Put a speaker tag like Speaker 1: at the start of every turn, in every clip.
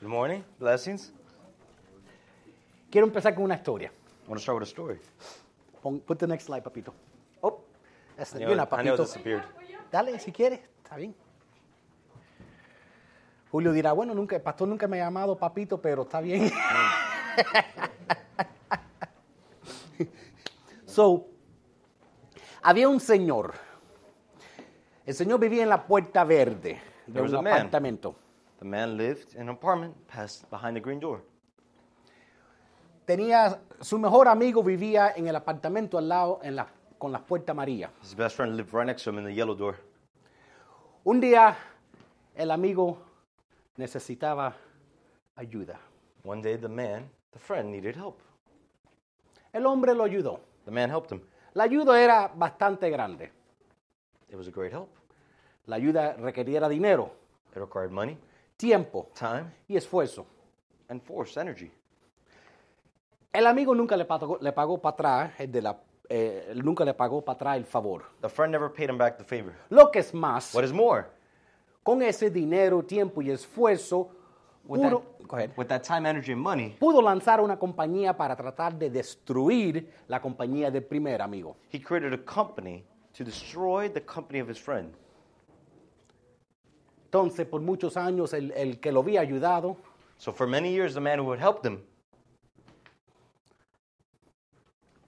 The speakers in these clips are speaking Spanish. Speaker 1: Good morning. Blessings.
Speaker 2: Quiero empezar con una historia.
Speaker 1: I want to start with a story.
Speaker 2: Pon- put the next slide, papito. Oh, that's
Speaker 1: I
Speaker 2: the-
Speaker 1: know,
Speaker 2: you're not
Speaker 1: I know it
Speaker 2: papito.
Speaker 1: disappeared.
Speaker 2: Dale, si quieres, está bien. Julio dirá, bueno, nunca, el pastor nunca me ha llamado papito, pero está bien. so, había un señor. El señor vivía en la Puerta Verde de
Speaker 1: There was
Speaker 2: un
Speaker 1: a man.
Speaker 2: apartamento.
Speaker 1: The man lived in an apartment past behind the green door.
Speaker 2: Tenía, su mejor amigo vivía en el apartamento al lado en la- con la Puerta María.
Speaker 1: His best friend lived right next to him in the yellow door.
Speaker 2: Un día el amigo necesitaba ayuda.
Speaker 1: One day, the man, the friend, needed help.
Speaker 2: El hombre lo ayudó.
Speaker 1: The man helped him.
Speaker 2: La ayuda era bastante grande.
Speaker 1: It was a great help.
Speaker 2: La ayuda requería dinero,
Speaker 1: It required money,
Speaker 2: tiempo
Speaker 1: time,
Speaker 2: y esfuerzo.
Speaker 1: and force, energy.
Speaker 2: El amigo nunca le pagó, le pagó para atrás, el de la- eh, nunca le pagó para atrás el favor.
Speaker 1: The friend never paid him back the favor.
Speaker 2: Lo que es más,
Speaker 1: What is more,
Speaker 2: con ese dinero, tiempo y esfuerzo,
Speaker 1: with,
Speaker 2: pudo,
Speaker 1: that,
Speaker 2: Go ahead.
Speaker 1: with that time, energy, and money,
Speaker 2: pudo lanzar una compañía para tratar de destruir la compañía del primer amigo.
Speaker 1: he created a company to destroy the company of his friend.
Speaker 2: Entonces, por muchos años, el, el que lo había ayudado
Speaker 1: So for many years, the man who had helped him,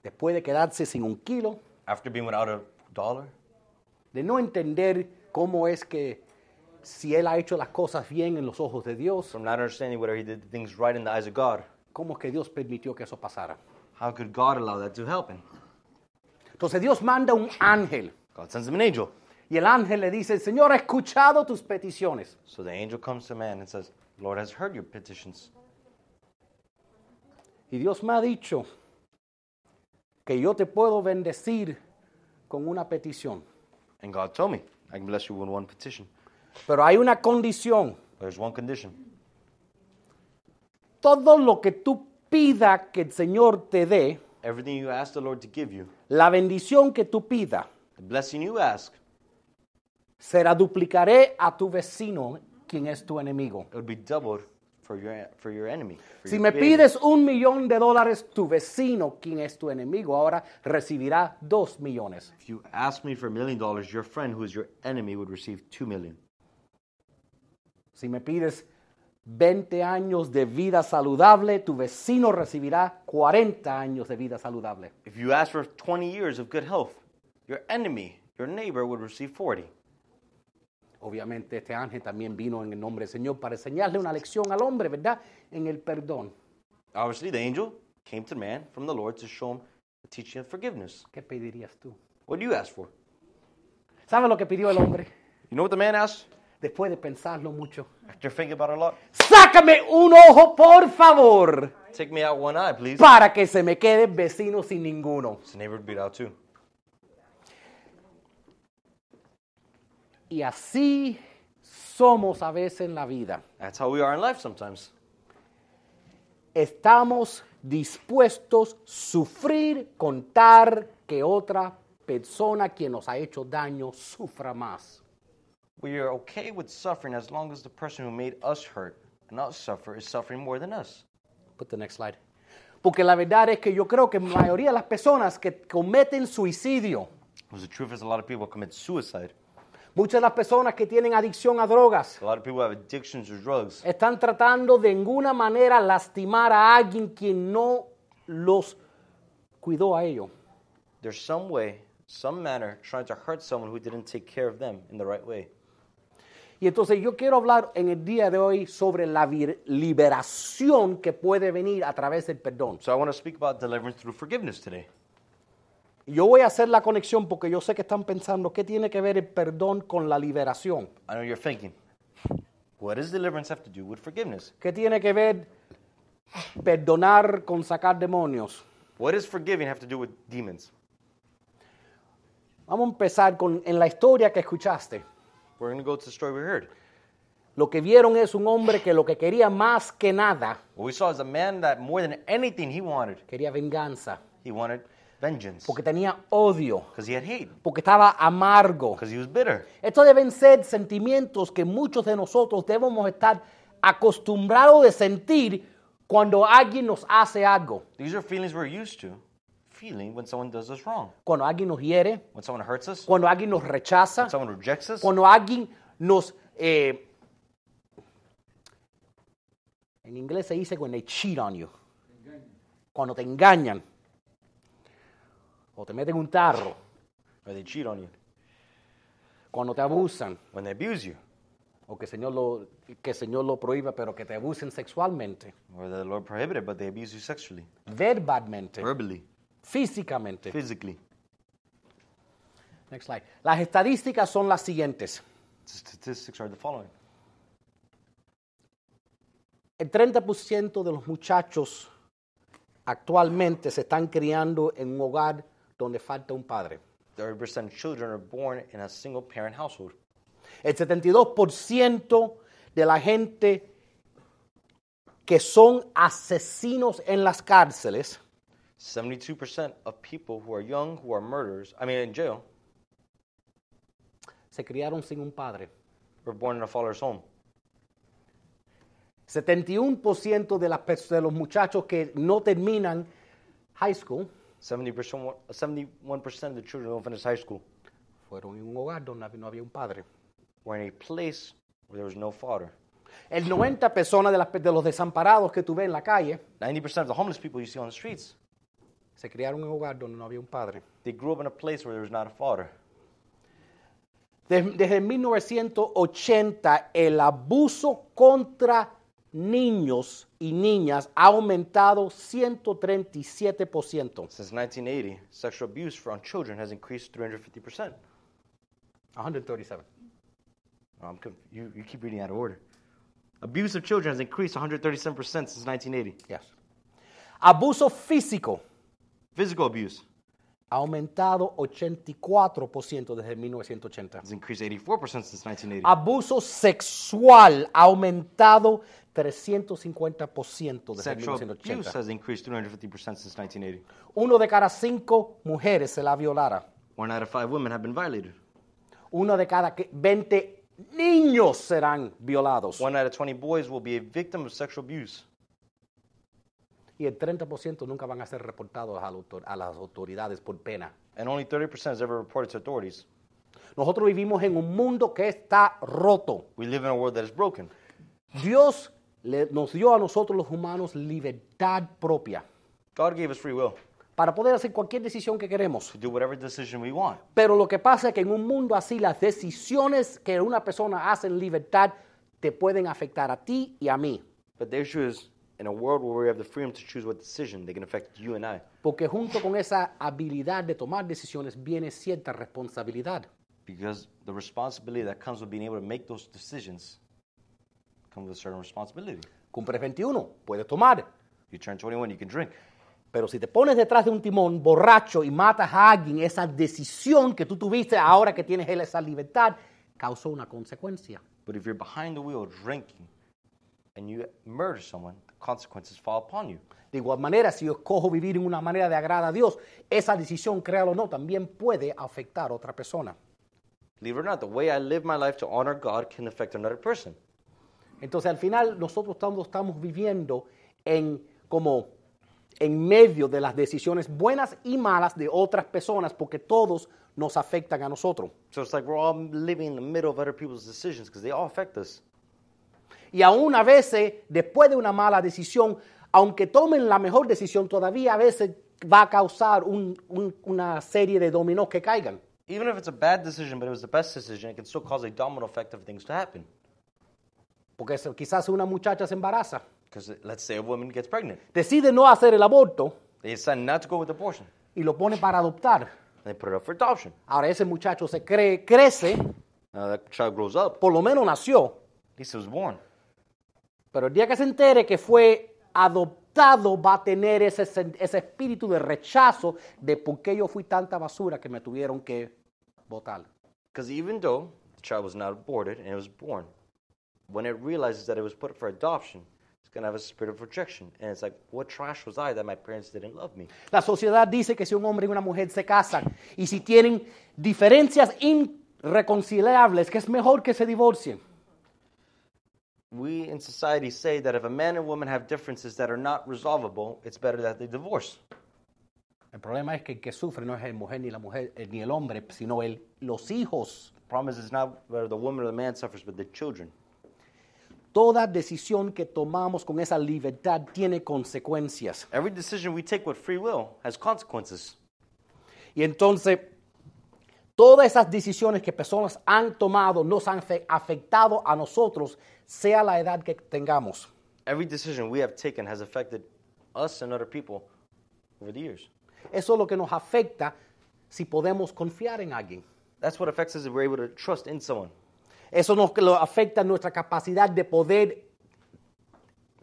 Speaker 2: después de quedarse sin un kilo,
Speaker 1: after being without a dollar,
Speaker 2: de no entender cómo es que si él ha hecho las cosas bien en los ojos de Dios,
Speaker 1: from not understanding whether he did things right in the eyes of God,
Speaker 2: cómo es que Dios permitió que eso pasara.
Speaker 1: how could God allow that to happen?
Speaker 2: Entonces Dios manda un ángel
Speaker 1: God sends him an angel.
Speaker 2: y el ángel le dice, Señor, ha escuchado tus peticiones.
Speaker 1: So the angel comes to man and says, Lord has heard your petitions.
Speaker 2: Y Dios me ha dicho que yo te puedo bendecir con una petición,
Speaker 1: And God told me, I can bless you with one petition.
Speaker 2: pero hay una condición.
Speaker 1: There's one condition.
Speaker 2: Todo lo que tú pidas que el Señor te dé,
Speaker 1: Everything you ask the Lord to give you,
Speaker 2: la bendición que tú pidas,
Speaker 1: the blessing you ask,
Speaker 2: se la duplicaré a tu vecino, quien es tu enemigo.
Speaker 1: it would be doubled for your, for your enemy. for
Speaker 2: Si
Speaker 1: your
Speaker 2: me
Speaker 1: creator.
Speaker 2: pides un millón de dólares, tu vecino, quien es tu enemigo, ahora recibirá dos millones.
Speaker 1: If you ask me for a million dollars, your friend who is your enemy would receive two million.
Speaker 2: Si me pides 20 años de vida saludable, tu vecino recibirá 40 años de vida saludable.
Speaker 1: If you ask for 20 years of good health, your enemy, your neighbor, would receive 40.
Speaker 2: Obviamente este ángel también vino en el nombre del Señor para enseñarle una lección al hombre, ¿verdad? En el perdón.
Speaker 1: Obviously, the angel came to man from the Lord to show him the teaching of forgiveness.
Speaker 2: ¿Qué pedirías tú?
Speaker 1: What do you ask for?
Speaker 2: ¿Sabes lo que pidió el hombre?
Speaker 1: You know what the man asked?
Speaker 2: Después de pensarlo mucho.
Speaker 1: After thinking about it a lot,
Speaker 2: Sácame un ojo, por favor,
Speaker 1: take me out one eye, please.
Speaker 2: para que se me quede vecino sin ninguno.
Speaker 1: His neighbor would be out too.
Speaker 2: Y así somos a veces en la vida.
Speaker 1: That's how we are in life sometimes.
Speaker 2: Estamos dispuestos a sufrir, contar que otra persona quien nos ha hecho daño sufra más.
Speaker 1: We are okay with suffering as long as the person who made us hurt and us suffer is suffering more than us.
Speaker 2: Put the next slide. Porque la verdad es que yo creo que la mayoría de las personas que cometen suicidio,
Speaker 1: Because the truth is, a lot of people commit suicide.
Speaker 2: muchas de las personas que tienen adicción a drogas,
Speaker 1: A lot of people have addictions or drugs.
Speaker 2: están tratando de ninguna manera lastimar a alguien quien no los cuidó a ellos.
Speaker 1: There's some way, some manner, trying to hurt someone who didn't take care of them in the right way.
Speaker 2: Y entonces yo quiero hablar en el día de hoy sobre la vir- liberación que puede venir a través del perdón.
Speaker 1: So I want to speak about deliverance through forgiveness today.
Speaker 2: Yo voy a hacer la conexión porque yo sé que están pensando qué tiene que ver el perdón con la liberación,
Speaker 1: I know you're thinking, what does deliverance have to do with forgiveness?
Speaker 2: qué tiene que ver perdonar con sacar demonios.
Speaker 1: What does forgiving have to do with demons?
Speaker 2: Vamos a empezar con en la historia que escuchaste.
Speaker 1: We're going to go to the story we heard.
Speaker 2: Lo que vieron es un hombre que lo que quería más que nada
Speaker 1: What we saw is a man that more than anything he wanted,
Speaker 2: quería venganza,
Speaker 1: he wanted vengeance.
Speaker 2: porque tenía odio,
Speaker 1: Because he had hate.
Speaker 2: porque estaba amargo.
Speaker 1: Because he was bitter.
Speaker 2: Esto deben ser sentimientos que muchos de nosotros debemos estar acostumbrados de sentir cuando alguien nos hace algo,
Speaker 1: These are feelings we're used to feeling when someone does us wrong,
Speaker 2: cuando alguien nos hiere,
Speaker 1: when someone hurts us,
Speaker 2: cuando alguien nos rechaza,
Speaker 1: when someone rejects us.
Speaker 2: cuando alguien nos... eh, en inglés se dice when they cheat on you. Cuando te engañan. O te meten un tarro.
Speaker 1: Or they cheat on you,
Speaker 2: Cuando te abusan.
Speaker 1: when they abuse you,
Speaker 2: O que el Señor lo, que el Señor lo prohíba, pero que te abusen sexualmente.
Speaker 1: or the Lord prohibited, but they abuse you sexually,
Speaker 2: Verbalmente.
Speaker 1: verbally,
Speaker 2: Físicamente.
Speaker 1: physically.
Speaker 2: Next slide. Las estadísticas son las siguientes.
Speaker 1: The statistics are the following
Speaker 2: El 30% de los muchachos actualmente se están criando en un hogar donde falta un padre.
Speaker 1: 30% of children are born in a single parent household.
Speaker 2: El 72% de la gente que son asesinos en las cárceles
Speaker 1: 72% of people who are young who are murderers, I mean in jail,
Speaker 2: se criaron sin un padre.
Speaker 1: were born in a father's home.
Speaker 2: 71% de, las pers- de los muchachos que no terminan high school
Speaker 1: 70%, wa- 71% of the children who don't finish high school
Speaker 2: fueron en un hogar donde no había un padre.
Speaker 1: were in a place where there was no father.
Speaker 2: El 90% personas de, las pe- de los desamparados que tuve en la calle
Speaker 1: 90% of the homeless people you see on the streets,
Speaker 2: se criaron en un hogar donde no había un padre.
Speaker 1: they grew up in a place where there was not a father.
Speaker 2: Des- Desde, 1980, el abuso contra niños y niñas ha aumentado 137%.
Speaker 1: Since 1980, sexual abuse for on children has increased 350%.
Speaker 2: 137.
Speaker 1: Oh, I'm conf- you, you keep reading out of order. Abuse of children has increased 137% since 1980.
Speaker 2: Yes. Abuso físico
Speaker 1: Physical abuse
Speaker 2: ha aumentado 84% desde 1980.
Speaker 1: has increased 84% since 1980.
Speaker 2: Abuso sexual ha aumentado 350% desde
Speaker 1: Sexual abuse
Speaker 2: 1980.
Speaker 1: has increased 350% since 1980.
Speaker 2: Uno de cada cinco mujeres se la violara.
Speaker 1: One out of five women have been violated.
Speaker 2: Uno de cada que- 20 niños serán violados.
Speaker 1: One out of 20 boys will be a victim of sexual abuse.
Speaker 2: Y el 30% nunca van a ser reportados a la autor- a las autoridades por pena.
Speaker 1: And only 30% is ever reported to authorities.
Speaker 2: Nosotros vivimos en un mundo que está roto.
Speaker 1: We live in a world that is broken.
Speaker 2: Dios le- nos dio a nosotros los humanos libertad propia
Speaker 1: God gave us free will
Speaker 2: para poder hacer cualquier decisión que queremos.
Speaker 1: to do whatever decision we want.
Speaker 2: Pero lo que pasa es que en un mundo así las decisiones que una persona hace en libertad te pueden afectar a ti y a mí.
Speaker 1: But the issue is, in a world where we have the freedom to choose what decision, they can affect you and I.
Speaker 2: Porque junto con esa habilidad de tomar decisiones viene cierta responsabilidad.
Speaker 1: Because the responsibility that comes with being able to make those decisions comes with a certain responsibility.
Speaker 2: Cumples 21, puedes tomar.
Speaker 1: You turn 21, you can drink.
Speaker 2: Pero si te pones detrás de un timón borracho y matas a alguien, esa decisión que tú tuviste ahora que tienes esa libertad causó una consecuencia.
Speaker 1: But if you're behind the wheel drinking and you murder someone, the consequences fall upon you.
Speaker 2: De igual manera, si yo escojo vivir en una manera de agradar a Dios, esa decisión, créalo o no, también puede afectar a otra persona.
Speaker 1: Believe it or not, the way I live my life to honor God can affect another person.
Speaker 2: Entonces, al final, nosotros estamos, estamos viviendo en como en medio de las decisiones buenas y malas de otras personas, porque todos nos afectan a nosotros.
Speaker 1: So it's like we're all living in the middle of other people's decisions because they all affect us.
Speaker 2: Y aún a veces, después de una mala decisión, aunque tomen la mejor decisión, todavía a veces va a causar un- un- una serie de dominós que caigan.
Speaker 1: Even if it's a bad decision, but it was the best decision, it can still cause a domino effect of things to happen.
Speaker 2: Porque se- quizás una muchacha se embaraza,
Speaker 1: Because let's say a woman gets pregnant,
Speaker 2: decide no hacer el aborto
Speaker 1: they decide not to go with abortion,
Speaker 2: y lo pone para adoptar.
Speaker 1: and they put it up for adoption.
Speaker 2: Ahora ese muchacho se cree, crece,
Speaker 1: Now that child grows up,
Speaker 2: por lo menos nació,
Speaker 1: at least it was born.
Speaker 2: pero el día que se entere que fue adoptado va a tener ese, sen- ese espíritu de rechazo de por qué yo fui tanta basura que me tuvieron que votar.
Speaker 1: Because even though the child was not aborted and it was born, when it realizes that it was put up for adoption, it's going to have a spirit of rejection. And it's like, what trash was I that my parents didn't love me?
Speaker 2: La sociedad dice que si un hombre y una mujer se casan y si tienen diferencias irreconciliables, que es mejor que se divorcien.
Speaker 1: we in society say that if a man and woman have differences that are not resolvable, it's better that they divorce.
Speaker 2: El problema es que el que sufre no es el mujer ni la mujer eh, ni el hombre, sino el, los hijos.
Speaker 1: The problem is it's not whether the woman or the man suffers, but the children.
Speaker 2: Toda decisión que tomamos con esa libertad tiene consecuencias.
Speaker 1: Every decision we take with free will has consequences.
Speaker 2: Y entonces, todas esas decisiones que personas han tomado nos han fe- afectado a nosotros, sea la edad que tengamos.
Speaker 1: Every decision we have taken has affected us and other people over the years.
Speaker 2: Eso es lo que nos afecta si podemos confiar en alguien.
Speaker 1: That's what affects us if we're able to trust in someone.
Speaker 2: Eso nos lo afecta nuestra capacidad de poder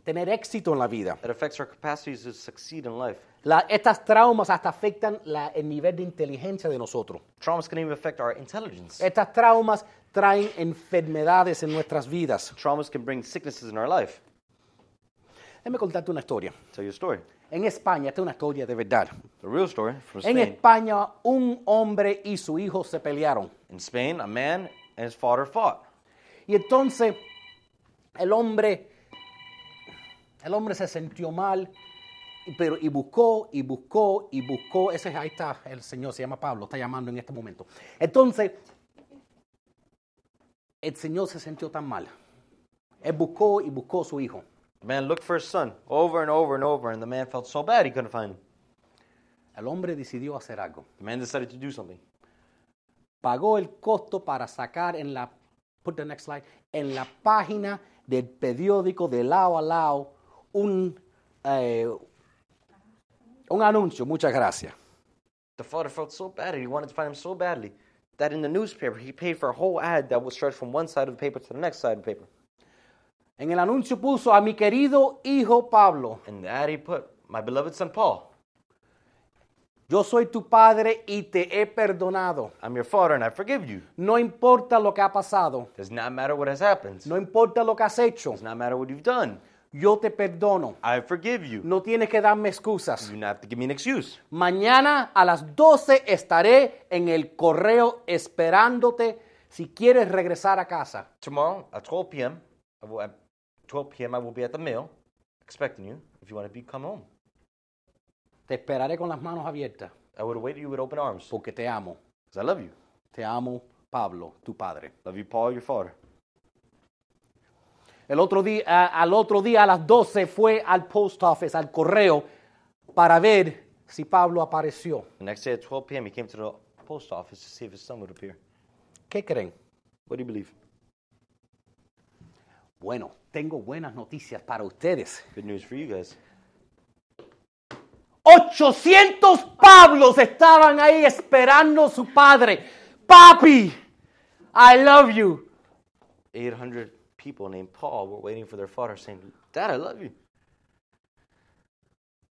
Speaker 2: tener éxito en la vida.
Speaker 1: It affects our capacity to succeed in life.
Speaker 2: La- estas traumas hasta afectan la- el nivel de inteligencia de nosotros.
Speaker 1: Traumas can even affect our intelligence.
Speaker 2: Estas traumas traen enfermedades en nuestras vidas.
Speaker 1: Traumas can bring sicknesses in our life.
Speaker 2: Déjame contarte una historia.
Speaker 1: Tell you a story.
Speaker 2: En España, esta es una historia de verdad.
Speaker 1: The real story from
Speaker 2: En
Speaker 1: Spain.
Speaker 2: España, un hombre y su hijo se pelearon.
Speaker 1: In Spain, a man and his father fought.
Speaker 2: Y entonces el hombre, el hombre se sintió mal, y- pero y buscó, y buscó, y buscó. Ese, ahí está el señor, se llama Pablo, está llamando en este momento. Entonces, el señor se sintió tan mal. Él buscó y buscó a su hijo.
Speaker 1: The man looked for his son over and over and over, and the man felt so bad he couldn't find him.
Speaker 2: El hombre decidió hacer algo.
Speaker 1: The man decided to do something.
Speaker 2: Pagó el costo para sacar en la, put the next slide, en la página del periódico de lado a lado un, eh, un anuncio. Muchas gracias.
Speaker 1: The father felt so bad, and he wanted to find him so badly that in the newspaper he paid for a whole ad that was stretched from one side of the paper to the next side of the paper.
Speaker 2: En el anuncio puso a mi querido hijo Pablo,
Speaker 1: And the ad he put, "My beloved son Paul,
Speaker 2: yo soy tu padre y te he perdonado.
Speaker 1: I'm your father, and I forgive you.
Speaker 2: No importa lo que ha pasado,
Speaker 1: Does not matter what has happened.
Speaker 2: no importa lo que has hecho,
Speaker 1: Does not matter what you've done.
Speaker 2: yo te perdono.
Speaker 1: I forgive you.
Speaker 2: No tienes que darme excusas.
Speaker 1: You do not have to give me an excuse.
Speaker 2: Mañana a las 12 estaré en el correo esperándote si quieres regresar a casa.
Speaker 1: Tomorrow at 12 p.m. I will, at 12 p.m. I will be at the mill, expecting you. If you want to be, come home.
Speaker 2: Te esperaré con las manos abiertas
Speaker 1: I would await you with open arms,
Speaker 2: porque te amo.
Speaker 1: because I love you.
Speaker 2: Te amo, Pablo, tu padre.
Speaker 1: Love you, Paul, your father.
Speaker 2: El otro día, a- al otro día a las 12 fue al post office, al correo, para ver si Pablo apareció.
Speaker 1: The next day at 12 p.m., he came to the post office to see if his son would appear.
Speaker 2: ¿Qué creen?
Speaker 1: What do you believe?
Speaker 2: Bueno, tengo buenas noticias para ustedes.
Speaker 1: Good news for you guys.
Speaker 2: 800 Pablos estaban ahí esperando a su padre. Papi, I love you.
Speaker 1: 800 people named Paul were waiting for their father, saying, Dad, I love you.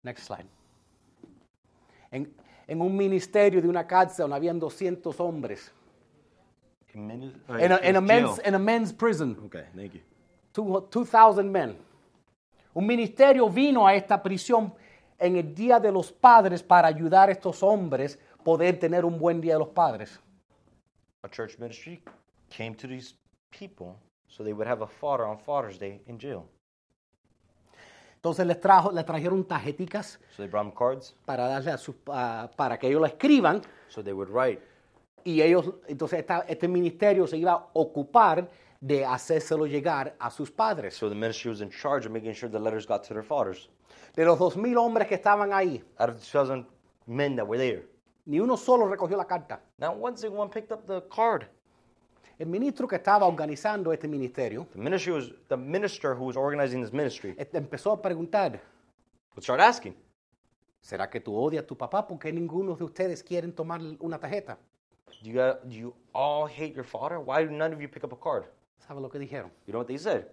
Speaker 2: Next slide. En, en un ministerio de una cárcel donde habían 200 hombres.
Speaker 1: In, many-
Speaker 2: En a, en
Speaker 1: jail.
Speaker 2: a men's, en a men's prison.
Speaker 1: Okay, thank you.
Speaker 2: two- 2,000 men. Un ministerio vino a esta prisión en el Día de los Padres para ayudar a estos hombres poder tener un buen Día de los Padres.
Speaker 1: A church ministry came to these people so they would have a father on Father's Day in jail.
Speaker 2: Entonces les, trajo, les trajeron tarjeticas
Speaker 1: So they brought him cards
Speaker 2: para, darle a sus pa- para que ellos la escriban
Speaker 1: so they would write.
Speaker 2: y ellos, entonces esta- este ministerio se iba a ocupar de hacérselo llegar a sus padres.
Speaker 1: So the ministry was in charge of making sure the letters got to their fathers.
Speaker 2: De los 2.000 hombres que estaban ahí,
Speaker 1: Out of the 2,000 men that were there,
Speaker 2: ni uno solo recogió la carta.
Speaker 1: not one single one picked up the card.
Speaker 2: El ministro que estaba organizando este ministerio
Speaker 1: The ministry was the minister who was organizing this ministry
Speaker 2: este, empezó a preguntar,
Speaker 1: would start asking,
Speaker 2: ¿será que tú odias a tu papá? porque ninguno de ustedes quieren tomar una tarjeta?
Speaker 1: "Do you got, do you all hate your father? Why do none of you pick up a card?"
Speaker 2: ¿Sabes lo que dijeron?
Speaker 1: You know what they said?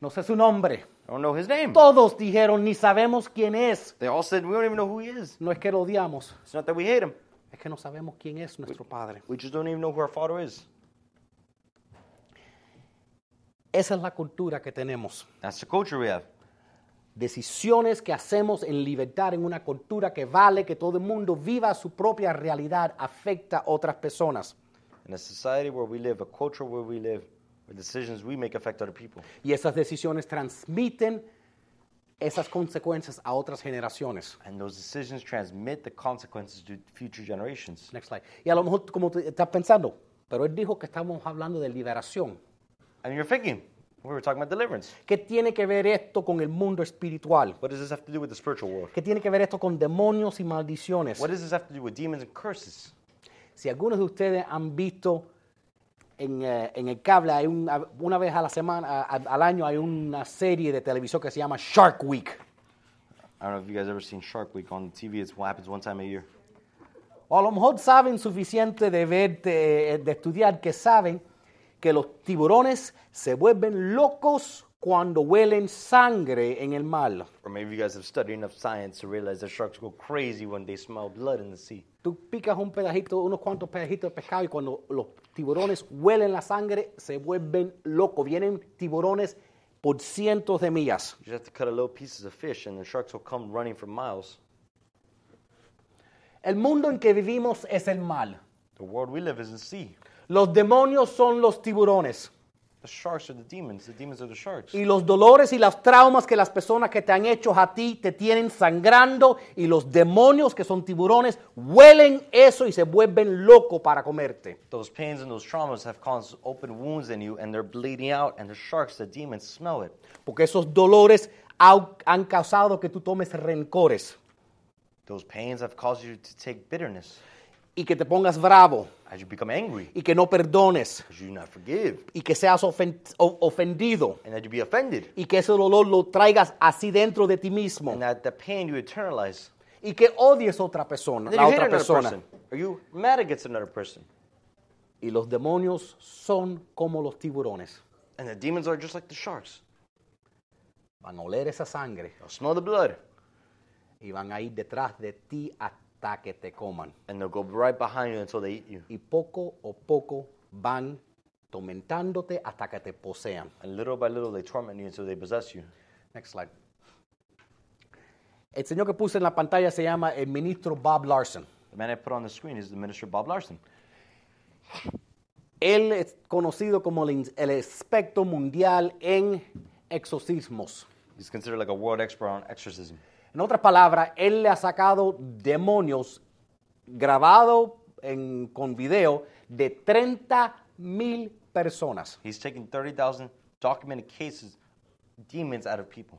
Speaker 2: No sé su nombre.
Speaker 1: I don't know his name.
Speaker 2: Todos dijeron, ni sabemos quién es.
Speaker 1: They all said, "We don't even know who he is.
Speaker 2: No es que lo odiamos,
Speaker 1: It's not that we hate him.
Speaker 2: es que no sabemos quién es nuestro padre.
Speaker 1: We just don't even know who our father is."
Speaker 2: Esa es la cultura que tenemos.
Speaker 1: That's the culture we have.
Speaker 2: Decisiones que hacemos en libertad, en una cultura que vale que todo el mundo viva su propia realidad, afecta a otras personas.
Speaker 1: In a society where we live, a culture where we live, The decisions we make affect other people.
Speaker 2: Y esas decisiones transmiten esas consecuencias a otras generaciones.
Speaker 1: And those decisions transmit the consequences to future generations.
Speaker 2: Next slide. Y a lo mejor, como te- estás pensando, pero él dijo que estamos hablando de liberación.
Speaker 1: And you're thinking, we were talking about deliverance.
Speaker 2: ¿Qué tiene que ver esto con el mundo espiritual?
Speaker 1: What does this have to do with the spiritual world?
Speaker 2: ¿Qué tiene que ver esto con demonios y maldiciones?
Speaker 1: What does this have to do with demons and curses?
Speaker 2: Si algunos de ustedes han visto en, eh, en el cable, hay un- una vez a la semana, a- al año, hay una serie de televisión que se llama Shark Week.
Speaker 1: I don't know if you guys ever seen Shark Week on TV. It's what happens one time a year.
Speaker 2: O a lo mejor saben suficiente de ver, de, de estudiar, que saben que los tiburones se vuelven locos cuando huelen sangre en el mar.
Speaker 1: Or maybe you guys have studied enough science to realize that sharks go crazy when they smell blood in the sea.
Speaker 2: Tú picas un pedajito, unos cuantos pedajitos de pescado y cuando los tiburones huelen la sangre se vuelven locos. Vienen tiburones por cientos de millas.
Speaker 1: You just have to cut a little pieces of fish, and the sharks will come running for miles.
Speaker 2: El mundo en que vivimos es el mal.
Speaker 1: The world we live is the sea.
Speaker 2: Los demonios son los tiburones.
Speaker 1: The sharks are the demons. The demons are the sharks.
Speaker 2: Y los dolores y los traumas que las personas que te han hecho a ti te tienen sangrando y los demonios que son tiburones huelen eso y se vuelven locos para comerte.
Speaker 1: Those pains and those traumas have caused open wounds in you, and they're bleeding out. And the sharks, the demons, smell it.
Speaker 2: Porque esos dolores au- han causado que tú tomes rencores
Speaker 1: Those pains have caused you to take bitterness
Speaker 2: y que te pongas bravo
Speaker 1: as you become angry,
Speaker 2: y que no perdones
Speaker 1: as you do not forgive,
Speaker 2: y que seas ofen- o- ofendido
Speaker 1: and that you be offended,
Speaker 2: y que ese dolor lo traigas así dentro de ti mismo
Speaker 1: and that the pain you internalize.
Speaker 2: y que odies a otra persona,
Speaker 1: And then
Speaker 2: la
Speaker 1: you hate
Speaker 2: otra
Speaker 1: another
Speaker 2: persona.
Speaker 1: person, or you mad against another person.
Speaker 2: Y los demonios son como los tiburones.
Speaker 1: And the demons are just like the sharks.
Speaker 2: Van a oler esa sangre
Speaker 1: They'll smell the blood,
Speaker 2: y van a ir detrás de ti hasta que te coman.
Speaker 1: and they'll go right behind you until they eat you.
Speaker 2: Y poco a poco van tormentándote hasta que te posean.
Speaker 1: And little by little, they torment you until they possess you.
Speaker 2: Next slide. El señor que puse en la pantalla se llama el ministro Bob Larson.
Speaker 1: The man I put on the screen is the minister Bob Larson.
Speaker 2: Él es conocido como el, in- el experto mundial en exorcismos.
Speaker 1: He's considered like a world expert on exorcism.
Speaker 2: En otras palabras, él le ha sacado demonios grabado en- con video de 30 mil personas.
Speaker 1: He's taken 30,000 documented cases, demons out of people.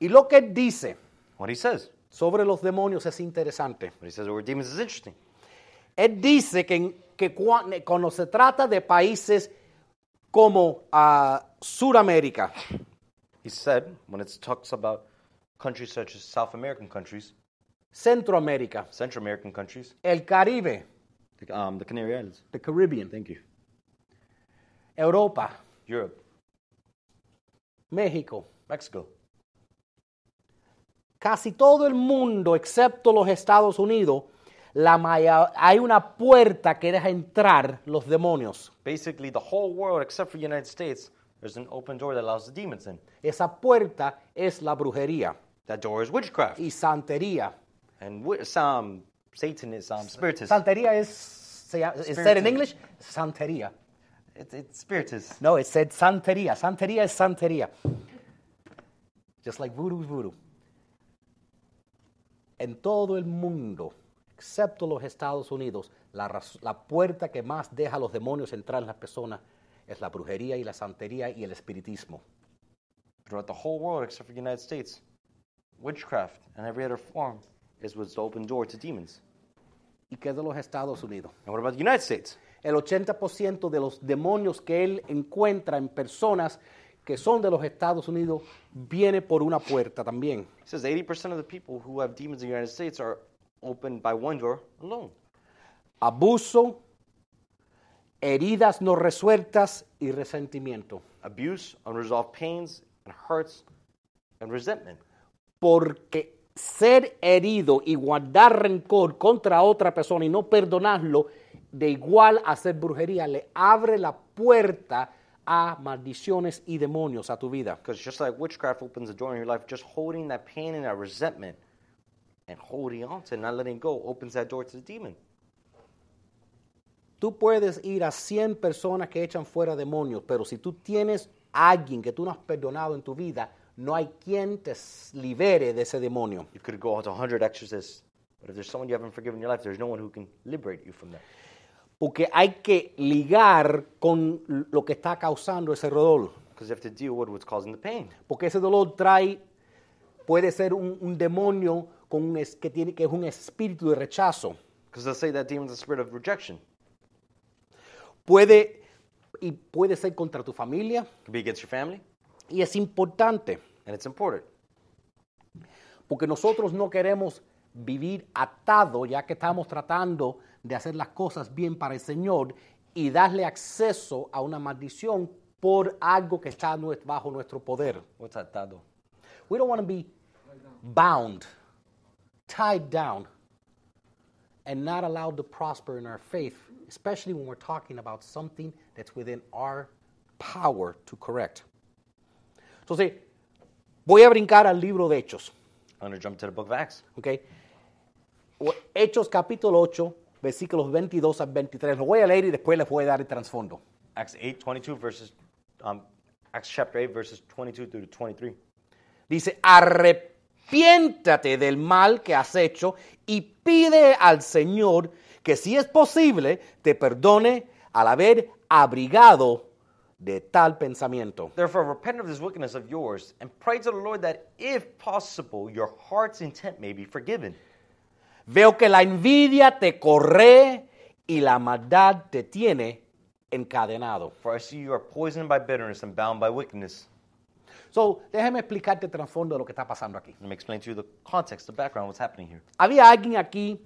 Speaker 2: Y lo que él dice
Speaker 1: What he says,
Speaker 2: sobre los demonios es interesante.
Speaker 1: what he says over demons is interesting.
Speaker 2: Él dice que, en- que cuan- cuando se trata de países como ah, Suramérica,
Speaker 1: He said, when it talks about countries such as South American countries,
Speaker 2: Centroamérica,
Speaker 1: Central American countries,
Speaker 2: el Caribe,
Speaker 1: the, um, the Canary Islands,
Speaker 2: the Caribbean,
Speaker 1: thank you,
Speaker 2: Europa,
Speaker 1: Europe,
Speaker 2: México,
Speaker 1: Mexico,
Speaker 2: casi todo el mundo, excepto los Estados Unidos, la maya- hay una puerta que deja entrar los demonios.
Speaker 1: basically the whole world except for the United States, there's an open door that allows the demons in.
Speaker 2: Esa puerta es la brujería
Speaker 1: That door is witchcraft.
Speaker 2: y santería.
Speaker 1: And wi- some Satanism, um, spiritist.
Speaker 2: Santería es, se llama- is said in English, santería.
Speaker 1: It's, it's spiritist.
Speaker 2: No, it said santería. Santería es santería. Just like voodoo is voodoo. En todo el mundo, excepto los Estados Unidos, la, raz- la puerta que más deja a los demonios entrar en las personas es la brujería y la santería y el espiritismo.
Speaker 1: Throughout the whole world except for the United States, witchcraft and every other form is what's the open door to demons.
Speaker 2: ¿Y qué de los Estados Unidos?
Speaker 1: And what about the United States?
Speaker 2: El 80% de los demonios que él encuentra en personas que son de los Estados Unidos viene por una puerta también.
Speaker 1: He says 80% of the people who have demons in the United States are opened by one door alone.
Speaker 2: abuso, heridas no resueltas y resentimiento.
Speaker 1: Abuse, unresolved pains, and hurts, and resentment.
Speaker 2: Porque ser herido y guardar rencor contra otra persona y no perdonarlo, de igual a hacer brujería, le abre la puerta a maldiciones y demonios a tu vida.
Speaker 1: Because just like witchcraft opens the door in your life, just holding that pain and that resentment and holding on to it, not letting go, opens that door to the demon.
Speaker 2: Tú puedes ir a 100 personas que echan fuera demonios, pero si tú tienes a alguien que tú no has perdonado en tu vida, no hay quien te s- libere de ese demonio.
Speaker 1: You could go out to 100 exorcists, but if there's someone you haven't forgiven in your life, there's no one who can liberate you from that.
Speaker 2: Porque hay que ligar con lo que está causando ese dolor.
Speaker 1: Because you have to deal with what's causing the pain.
Speaker 2: Porque ese dolor trae, puede ser un, un demonio con un es- que, tiene, que es un espíritu de rechazo.
Speaker 1: Because let's say that demon's a spirit of rejection.
Speaker 2: Puede, y puede ser contra tu familia.
Speaker 1: It could be against your family,
Speaker 2: Y es importante,
Speaker 1: and it's important.
Speaker 2: porque nosotros no queremos vivir atado, ya que estamos tratando de hacer las cosas bien para el Señor y darle acceso a una maldición por algo que está nue- bajo nuestro poder.
Speaker 1: What's that, Tado?
Speaker 2: We don't want to be bound, tied down, and not allowed to prosper in our faith, especially when we're talking about something that's within our power to correct. Entonces, voy a brincar al libro de Hechos,
Speaker 1: I'm going to jump to the book of Acts.
Speaker 2: ¿ok? O- Hechos capítulo 8, versículos 22 al 23. Lo voy a leer y después les voy a dar el trasfondo.
Speaker 1: Acts 8, 22 verses, um, Acts chapter 8 verses 22 through to 23.
Speaker 2: Dice, arrepiéntate del mal que has hecho y pide al Señor que si es posible te perdone al haber abrigado de tal pensamiento.
Speaker 1: Therefore, repent of this wickedness of yours, and pray to the Lord that, if possible, your heart's intent may be forgiven.
Speaker 2: Veo que la envidia te corre y la maldad te tiene encadenado.
Speaker 1: For I see you are poisoned by bitterness and bound by wickedness.
Speaker 2: So, déjame explicarte el trasfondo de lo que está pasando aquí.
Speaker 1: Let me explain to you the context, the background, what's happening here.
Speaker 2: Había alguien aquí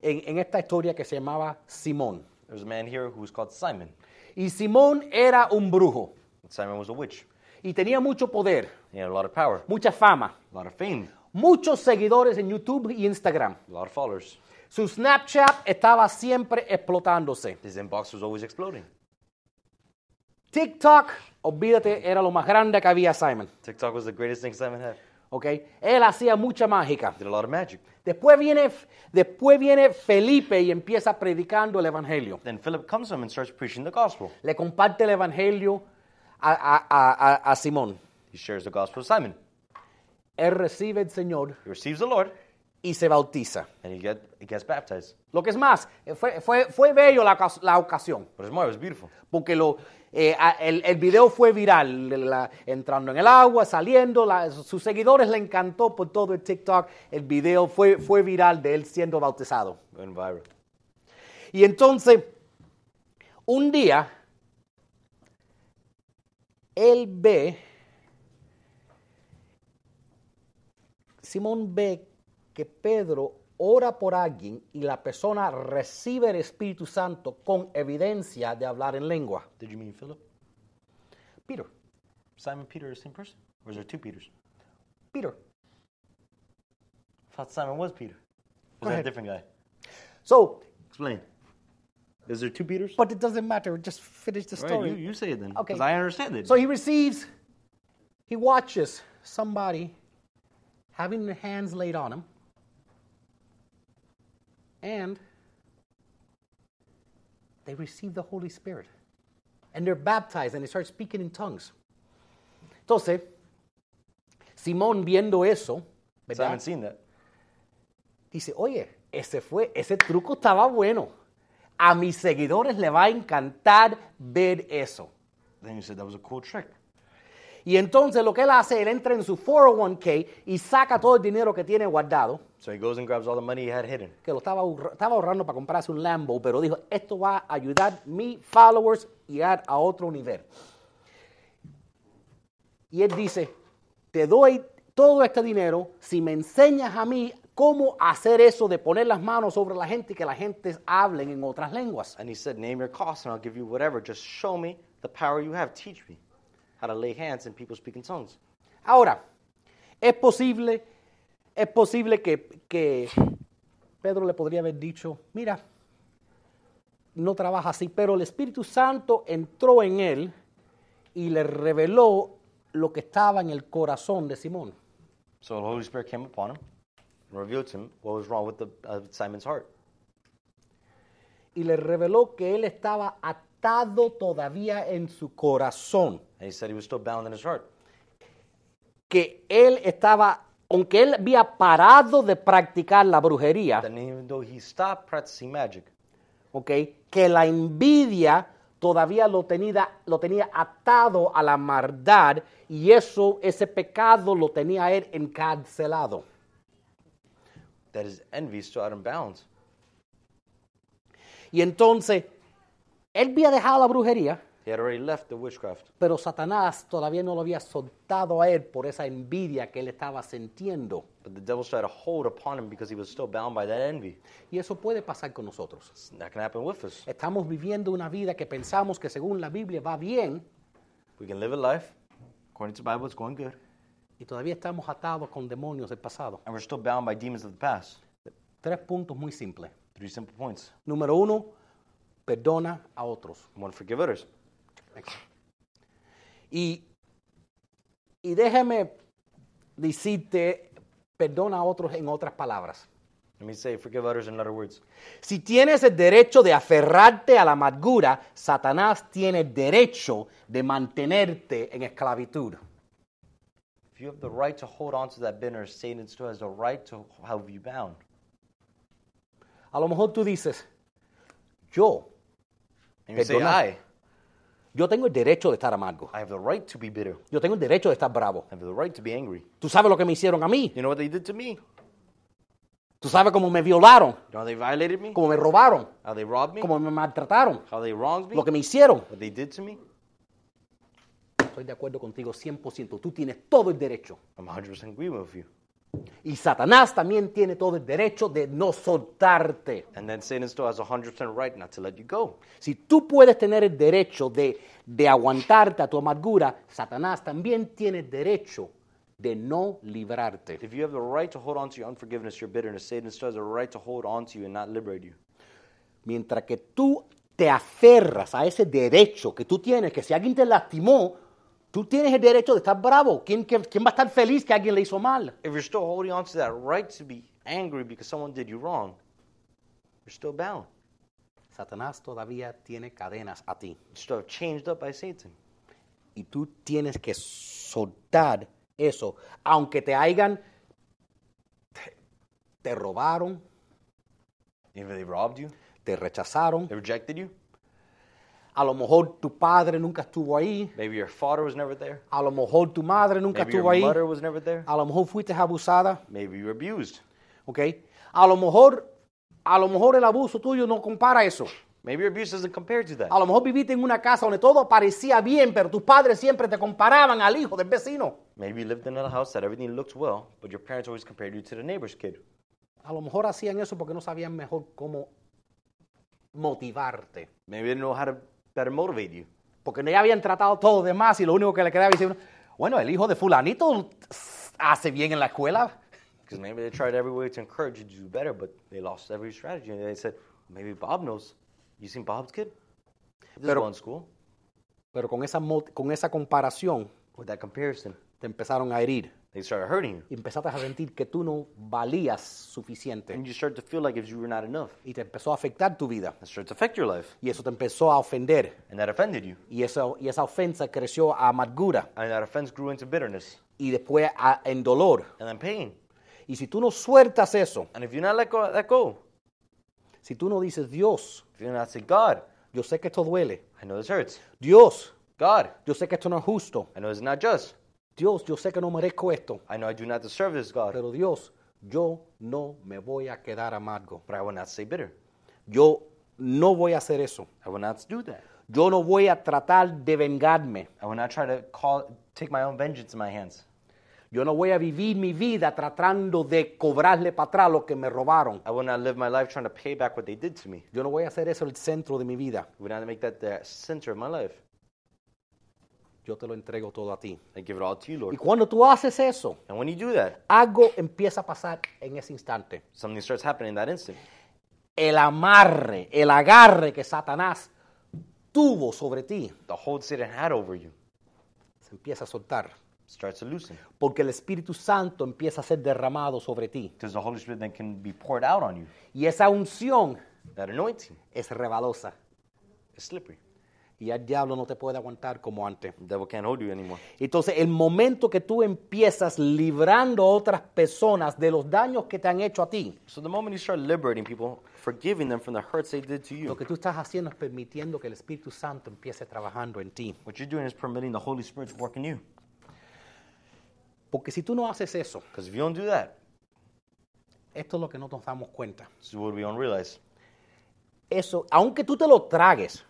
Speaker 2: en- en esta historia que se llamaba Simón.
Speaker 1: There's a man here who was called Simon.
Speaker 2: Y Simón era un brujo
Speaker 1: Simon was a witch.
Speaker 2: y tenía mucho poder,
Speaker 1: He had a lot of power,
Speaker 2: mucha fama.
Speaker 1: a lot of fame,
Speaker 2: muchos seguidores en YouTube y Instagram.
Speaker 1: a lot of followers.
Speaker 2: Su Snapchat estaba siempre explotándose.
Speaker 1: His inbox was always exploding.
Speaker 2: TikTok, olvídate, era lo más grande que había Simon.
Speaker 1: TikTok was the greatest thing Simon had.
Speaker 2: ¿ok? Él hacía mucha mágica.
Speaker 1: Did a lot of magic.
Speaker 2: Después viene, después viene Felipe y empieza predicando el Evangelio.
Speaker 1: Then Philip comes to him and starts preaching the gospel.
Speaker 2: Le comparte el Evangelio a, a- a- a- a Simón.
Speaker 1: He shares the gospel with Simon.
Speaker 2: Él recibe el Señor
Speaker 1: He receives the Lord,
Speaker 2: y se bautiza.
Speaker 1: and he, get, he gets baptized.
Speaker 2: Lo que es más, eh, fue, fue, fue bello la, ocas- la ocasión.
Speaker 1: But it's more, it was beautiful.
Speaker 2: porque lo, eh, a- el, el video fue viral, la- entrando en el agua, saliendo, la- sus seguidores le encantó por todo el TikTok, el video fue, fue viral de él siendo bautizado.
Speaker 1: Went viral.
Speaker 2: Y entonces, un día, él ve, Simón ve que Pedro ora por alguien y la persona recibe el Espíritu Santo con evidencia de hablar en lengua.
Speaker 1: Did you mean Philip?
Speaker 2: Peter,
Speaker 1: Simon Peter is the same person? Or is there two Peters?
Speaker 2: Peter.
Speaker 1: I thought Simon was Peter. Was that
Speaker 2: Go
Speaker 1: a
Speaker 2: ahead.
Speaker 1: different guy?
Speaker 2: So,
Speaker 1: Explain. Is there two Peters?
Speaker 2: but it doesn't matter. Just finish the
Speaker 1: Right,
Speaker 2: story.
Speaker 1: you, you say it then.
Speaker 2: Okay.
Speaker 1: Because I understand it.
Speaker 2: So he receives, he watches somebody having their hands laid on him, and they receive the Holy Spirit. And they're baptized and they start speaking in tongues. Entonces, Simón viendo eso,
Speaker 1: So I
Speaker 2: ¿verdad?
Speaker 1: haven't seen that.
Speaker 2: dice, oye, ese fue, ese truco estaba bueno. A mis seguidores le va a encantar ver eso.
Speaker 1: Then you said that was a cool trick.
Speaker 2: Y entonces lo que él hace, él entra en su 401k y saca todo el dinero que tiene guardado,
Speaker 1: So he goes and grabs all the money he had hidden.
Speaker 2: que lo estaba, ahorra- estaba ahorrando para comprarse un Lambo, pero dijo, esto va a ayudar a mis followers a llegar a otro nivel. Y él dice, te doy todo este dinero si me enseñas a mí cómo hacer eso de poner las manos sobre la gente y que la gente hablen en otras lenguas.
Speaker 1: And he said, Name your cost and I'll give you whatever. Just show me the power you have. Teach me how to lay hands and people speak in tongues.
Speaker 2: Ahora, es posible, es posible que, que Pedro le podría haber dicho, mira, no trabaja así, pero el Espíritu Santo entró en él y le reveló lo que estaba en el corazón de Simón.
Speaker 1: So the Holy Spirit came upon him and revealed to him what was wrong with the, uh, Simon's heart.
Speaker 2: y le reveló que él estaba atado todavía en su corazón,
Speaker 1: And he said he was still bound in his heart.
Speaker 2: que él estaba, aunque él había parado de practicar la brujería,
Speaker 1: That even though he stopped practicing magic,
Speaker 2: ¿ok? que la envidia todavía lo tenía, lo tenía atado a la maldad y eso, ese pecado lo tenía a él encarcelado.
Speaker 1: that his envy still out of bounds.
Speaker 2: Y entonces, él había dejado la brujería,
Speaker 1: He had already left the witchcraft,
Speaker 2: pero Satanás todavía no lo había soltado a él por esa envidia que él estaba sintiendo.
Speaker 1: but the devil still had a hold upon him because he was still bound by that envy.
Speaker 2: Y eso puede pasar con nosotros.
Speaker 1: It's- That can happen with us.
Speaker 2: Estamos viviendo una vida que pensamos que según la Biblia va bien
Speaker 1: We can live a life according to the Bible, it's going good,
Speaker 2: y todavía estamos atados con demonios del pasado.
Speaker 1: and we're still bound by demons of the past.
Speaker 2: Tres puntos muy simples.
Speaker 1: Three simple points:
Speaker 2: Número uno, perdona a otros.
Speaker 1: one, forgive others,
Speaker 2: Y, y déjame decirte, perdona a otros en otras palabras.
Speaker 1: Let me say, forgive others in other words.
Speaker 2: Si tienes el derecho de aferrarte a la amargura, Satanás tiene el derecho de mantenerte en esclavitud.
Speaker 1: If you have the right to hold on to that bitterness, Satan still has the right to have you bound.
Speaker 2: A lo mejor tú dices, yo,
Speaker 1: And you say,
Speaker 2: Perdona.
Speaker 1: I,
Speaker 2: yo tengo el derecho de estar amargo.
Speaker 1: I have the right to be bitter.
Speaker 2: Yo tengo el derecho de estar bravo.
Speaker 1: I have the right to be angry.
Speaker 2: Tú sabes lo que me hicieron a mí.
Speaker 1: You know what they did to me? You
Speaker 2: Tú sabes cómo me violaron,
Speaker 1: know how they violated me?
Speaker 2: cómo me robaron,
Speaker 1: How they robbed me?
Speaker 2: cómo me maltrataron,
Speaker 1: How they wronged me?
Speaker 2: lo que me hicieron.
Speaker 1: What they did to me?
Speaker 2: Estoy de acuerdo contigo 100%. Tú tienes todo el derecho.
Speaker 1: I'm 100% agree with you.
Speaker 2: Y Satanás también tiene todo el derecho de no soltarte.
Speaker 1: And then Satan still has 100% right not to let you go.
Speaker 2: Si tú puedes tener el derecho de, de aguantarte a tu amargura, Satanás también tiene el derecho de no librarte.
Speaker 1: If you have the right to hold on to your unforgiveness, your bitterness, Satan still has the right to hold on to you and not liberate you.
Speaker 2: Mientras que tú te aferras a ese derecho que tú tienes, que si alguien te lastimó, tú tienes el derecho de estar bravo. ¿Quién, quién- quién va a estar feliz que alguien le hizo mal?
Speaker 1: If you're still holding on to that right to be angry because someone did you wrong, you're still bound.
Speaker 2: Satanás todavía tiene cadenas a ti.
Speaker 1: You're still changed up by Satan.
Speaker 2: Y tú tienes que soltar eso, aunque te hayan, te- te robaron,
Speaker 1: If they robbed you,
Speaker 2: te rechazaron,
Speaker 1: they rejected you,
Speaker 2: A lo mejor tu padre nunca estuvo ahí.
Speaker 1: maybe your father was never there,
Speaker 2: A lo mejor tu madre nunca
Speaker 1: maybe your
Speaker 2: estuvo ahí.
Speaker 1: mother was never there,
Speaker 2: A lo mejor fuiste abusada,
Speaker 1: maybe you were abused,
Speaker 2: ¿ok? A lo mejor, a lo mejor el abuso tuyo no compara eso.
Speaker 1: maybe your abuse doesn't compare to that.
Speaker 2: A lo mejor viviste en una casa donde todo parecía bien, pero tus padres siempre te comparaban al hijo del vecino.
Speaker 1: Maybe you lived in a house that everything looked well, but your parents always compared you to the neighbor's kid.
Speaker 2: A lo mejor hacían eso porque no sabían mejor cómo motivarte.
Speaker 1: Maybe they didn't know how to better motivate you.
Speaker 2: Porque ya habían tratado todo de más y lo único que le quedaba decir, bueno, el hijo de fulanito hace bien en la escuela.
Speaker 1: Because maybe they tried every way to encourage you to do better, but they lost every strategy. And they said, maybe Bob knows. You seen Bob's kid? He does
Speaker 2: Pero-
Speaker 1: well in school.
Speaker 2: Pero con esa, mo- con esa comparación
Speaker 1: With that comparison,
Speaker 2: te empezaron a herir.
Speaker 1: they started hurting you.
Speaker 2: Y empezaste a sentir que tú no valías suficiente.
Speaker 1: And you start to feel like if you were not enough,
Speaker 2: Y te empezó a afectar tu vida.
Speaker 1: that started to affect your life.
Speaker 2: Y eso te empezó a ofender.
Speaker 1: And that offended you.
Speaker 2: Y, eso, y esa ofensa creció a amargura.
Speaker 1: And that offense grew into bitterness
Speaker 2: Y después a- en dolor.
Speaker 1: and then pain.
Speaker 2: Y si tú no sueltas eso,
Speaker 1: And if you're not let go, let go.
Speaker 2: si tú no dices, Dios,
Speaker 1: If you're not say, God,
Speaker 2: yo sé que esto duele.
Speaker 1: I know this hurts.
Speaker 2: Dios,
Speaker 1: God,
Speaker 2: yo sé que esto no es justo.
Speaker 1: I know it's not just.
Speaker 2: Dios, yo sé que no merezco esto.
Speaker 1: I know I do not deserve this, God.
Speaker 2: Pero Dios, yo no me voy a quedar amargo.
Speaker 1: But I will not stay bitter.
Speaker 2: Yo no voy a hacer eso.
Speaker 1: I will not do that.
Speaker 2: Yo no voy a tratar de vengarme.
Speaker 1: I will not try to call, take my own vengeance in my hands.
Speaker 2: Yo no voy a vivir mi vida tratando de cobrarle para atrás lo que me robaron.
Speaker 1: I will not live my life trying to pay back what they did to me.
Speaker 2: Yo no voy a hacer eso el centro de mi vida.
Speaker 1: I will not make that the center of my life.
Speaker 2: Yo te lo entrego todo a ti.
Speaker 1: I give it all to you,
Speaker 2: Y
Speaker 1: Lord.
Speaker 2: cuando tú haces eso,
Speaker 1: And when you do that,
Speaker 2: algo empieza a pasar en ese instante.
Speaker 1: something starts happening in that instant.
Speaker 2: El amarre, el agarre que Satanás tuvo sobre ti,
Speaker 1: The hold Satan had over you
Speaker 2: se empieza a soltar.
Speaker 1: starts to loosen
Speaker 2: Porque el Espíritu Santo empieza a ser derramado sobre ti.
Speaker 1: because the Holy Spirit then can be poured out on you.
Speaker 2: Y esa unción
Speaker 1: That anointing
Speaker 2: es rebalosa.
Speaker 1: is slippery.
Speaker 2: Y ya el diablo no te puede aguantar como antes.
Speaker 1: The devil can't hold you anymore.
Speaker 2: Entonces, el momento que tú empiezas librando a otras personas de los daños que te han hecho a ti,
Speaker 1: So the moment you start liberating people, forgiving them from the hurts they did to
Speaker 2: lo
Speaker 1: you,
Speaker 2: que tú estás haciendo es permitiendo que el Espíritu Santo empiece trabajando en ti.
Speaker 1: what you're doing is permitting the Holy Spirit to work in you.
Speaker 2: Porque si tú no haces eso,
Speaker 1: Because if you don't do that,
Speaker 2: esto es lo que no nos damos cuenta.
Speaker 1: this is what we don't realize.
Speaker 2: Eso, aunque tú te lo tragues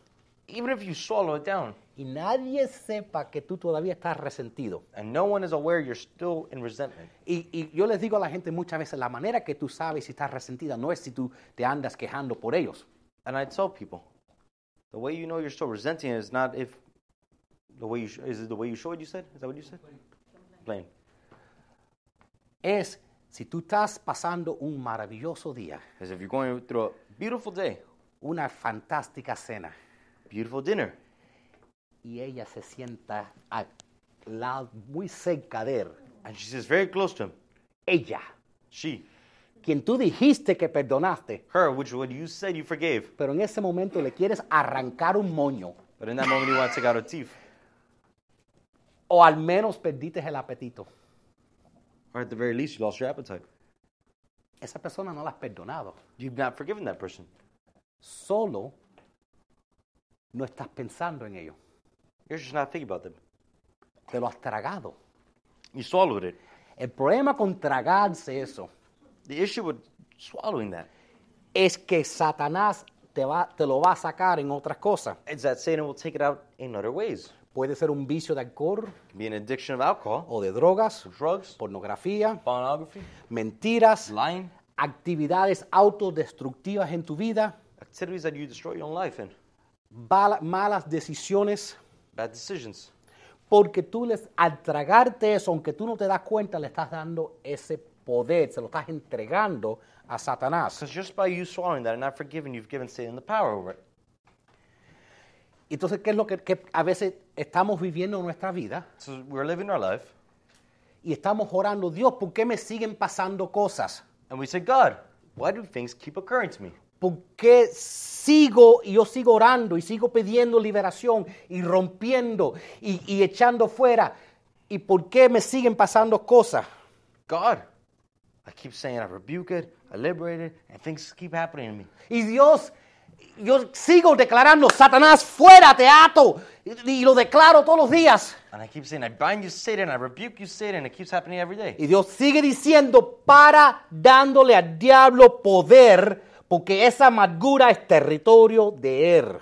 Speaker 1: Even if you swallow it down
Speaker 2: y nadie sepa que tú todavía estás resentido,
Speaker 1: and no one is aware you're still in resentment,
Speaker 2: Y, y yo les digo a la gente muchas veces, la manera que tú sabes si estás resentida no es si tú te andas quejando por ellos.
Speaker 1: and I tell people, the way you know you're still resenting it is not if the way you sh- is it the way you show it. You said is that what you said? Plain.
Speaker 2: Es si tú estás pasando un maravilloso día,
Speaker 1: Because if you're going through a beautiful day,
Speaker 2: una fantástica cena,
Speaker 1: beautiful dinner,
Speaker 2: y ella se sienta al lado, muy cerca de él,
Speaker 1: and she sits very close to him,
Speaker 2: ella,
Speaker 1: she,
Speaker 2: quien tú dijiste que perdonaste,
Speaker 1: her, which what you said you forgave,
Speaker 2: pero en ese momento le quieres arrancar un moño,
Speaker 1: but in that moment you want to take out her teeth,
Speaker 2: o al menos perdiste el apetito.
Speaker 1: or at the very least you lost your appetite.
Speaker 2: Esa persona no la has perdonado,
Speaker 1: You've not forgiven that person.
Speaker 2: solo no estás pensando en ello.
Speaker 1: You're just not thinking about them.
Speaker 2: te lo has tragado.
Speaker 1: You swallowed it.
Speaker 2: El problema con tragarse eso
Speaker 1: The issue with swallowing that
Speaker 2: es que Satanás te, va, te lo va a sacar en otras cosas.
Speaker 1: is that Satan will take it out in other ways.
Speaker 2: Puede ser un vicio de alcohol
Speaker 1: It can be an addiction of alcohol,
Speaker 2: o de drogas,
Speaker 1: drugs,
Speaker 2: pornografía,
Speaker 1: pornography,
Speaker 2: mentiras,
Speaker 1: lying,
Speaker 2: actividades autodestructivas en tu vida,
Speaker 1: activities that you destroy your own life in,
Speaker 2: bala- malas decisiones,
Speaker 1: bad decisions.
Speaker 2: porque tú les, al tragarte eso, aunque tú no te das cuenta, le estás dando ese poder, se lo estás entregando a Satanás.
Speaker 1: Because just by you swallowing that and not forgiving, you've given Satan the power over it.
Speaker 2: Entonces, ¿qué es lo que, que a veces estamos viviendo en nuestra vida?
Speaker 1: So we're living our life,
Speaker 2: y estamos orando, Dios, ¿por qué me siguen pasando cosas?
Speaker 1: and we say, God, why do things keep occurring to me?
Speaker 2: ¿Por qué sigo y yo sigo orando y sigo pidiendo liberación y rompiendo y, y echando fuera? ¿Y por qué me siguen pasando cosas?
Speaker 1: God, I keep saying I rebuke it, I liberate it, and things keep happening to me.
Speaker 2: Y Dios, yo sigo declarando, Satanás, fuera, te ato. Y, y lo declaro todos los días.
Speaker 1: And I keep saying, I bind you, Satan, I rebuke you, Satan, and it keeps happening every day.
Speaker 2: Y Dios sigue diciendo, para dándole al diablo poder, porque esa amargura es territorio de él.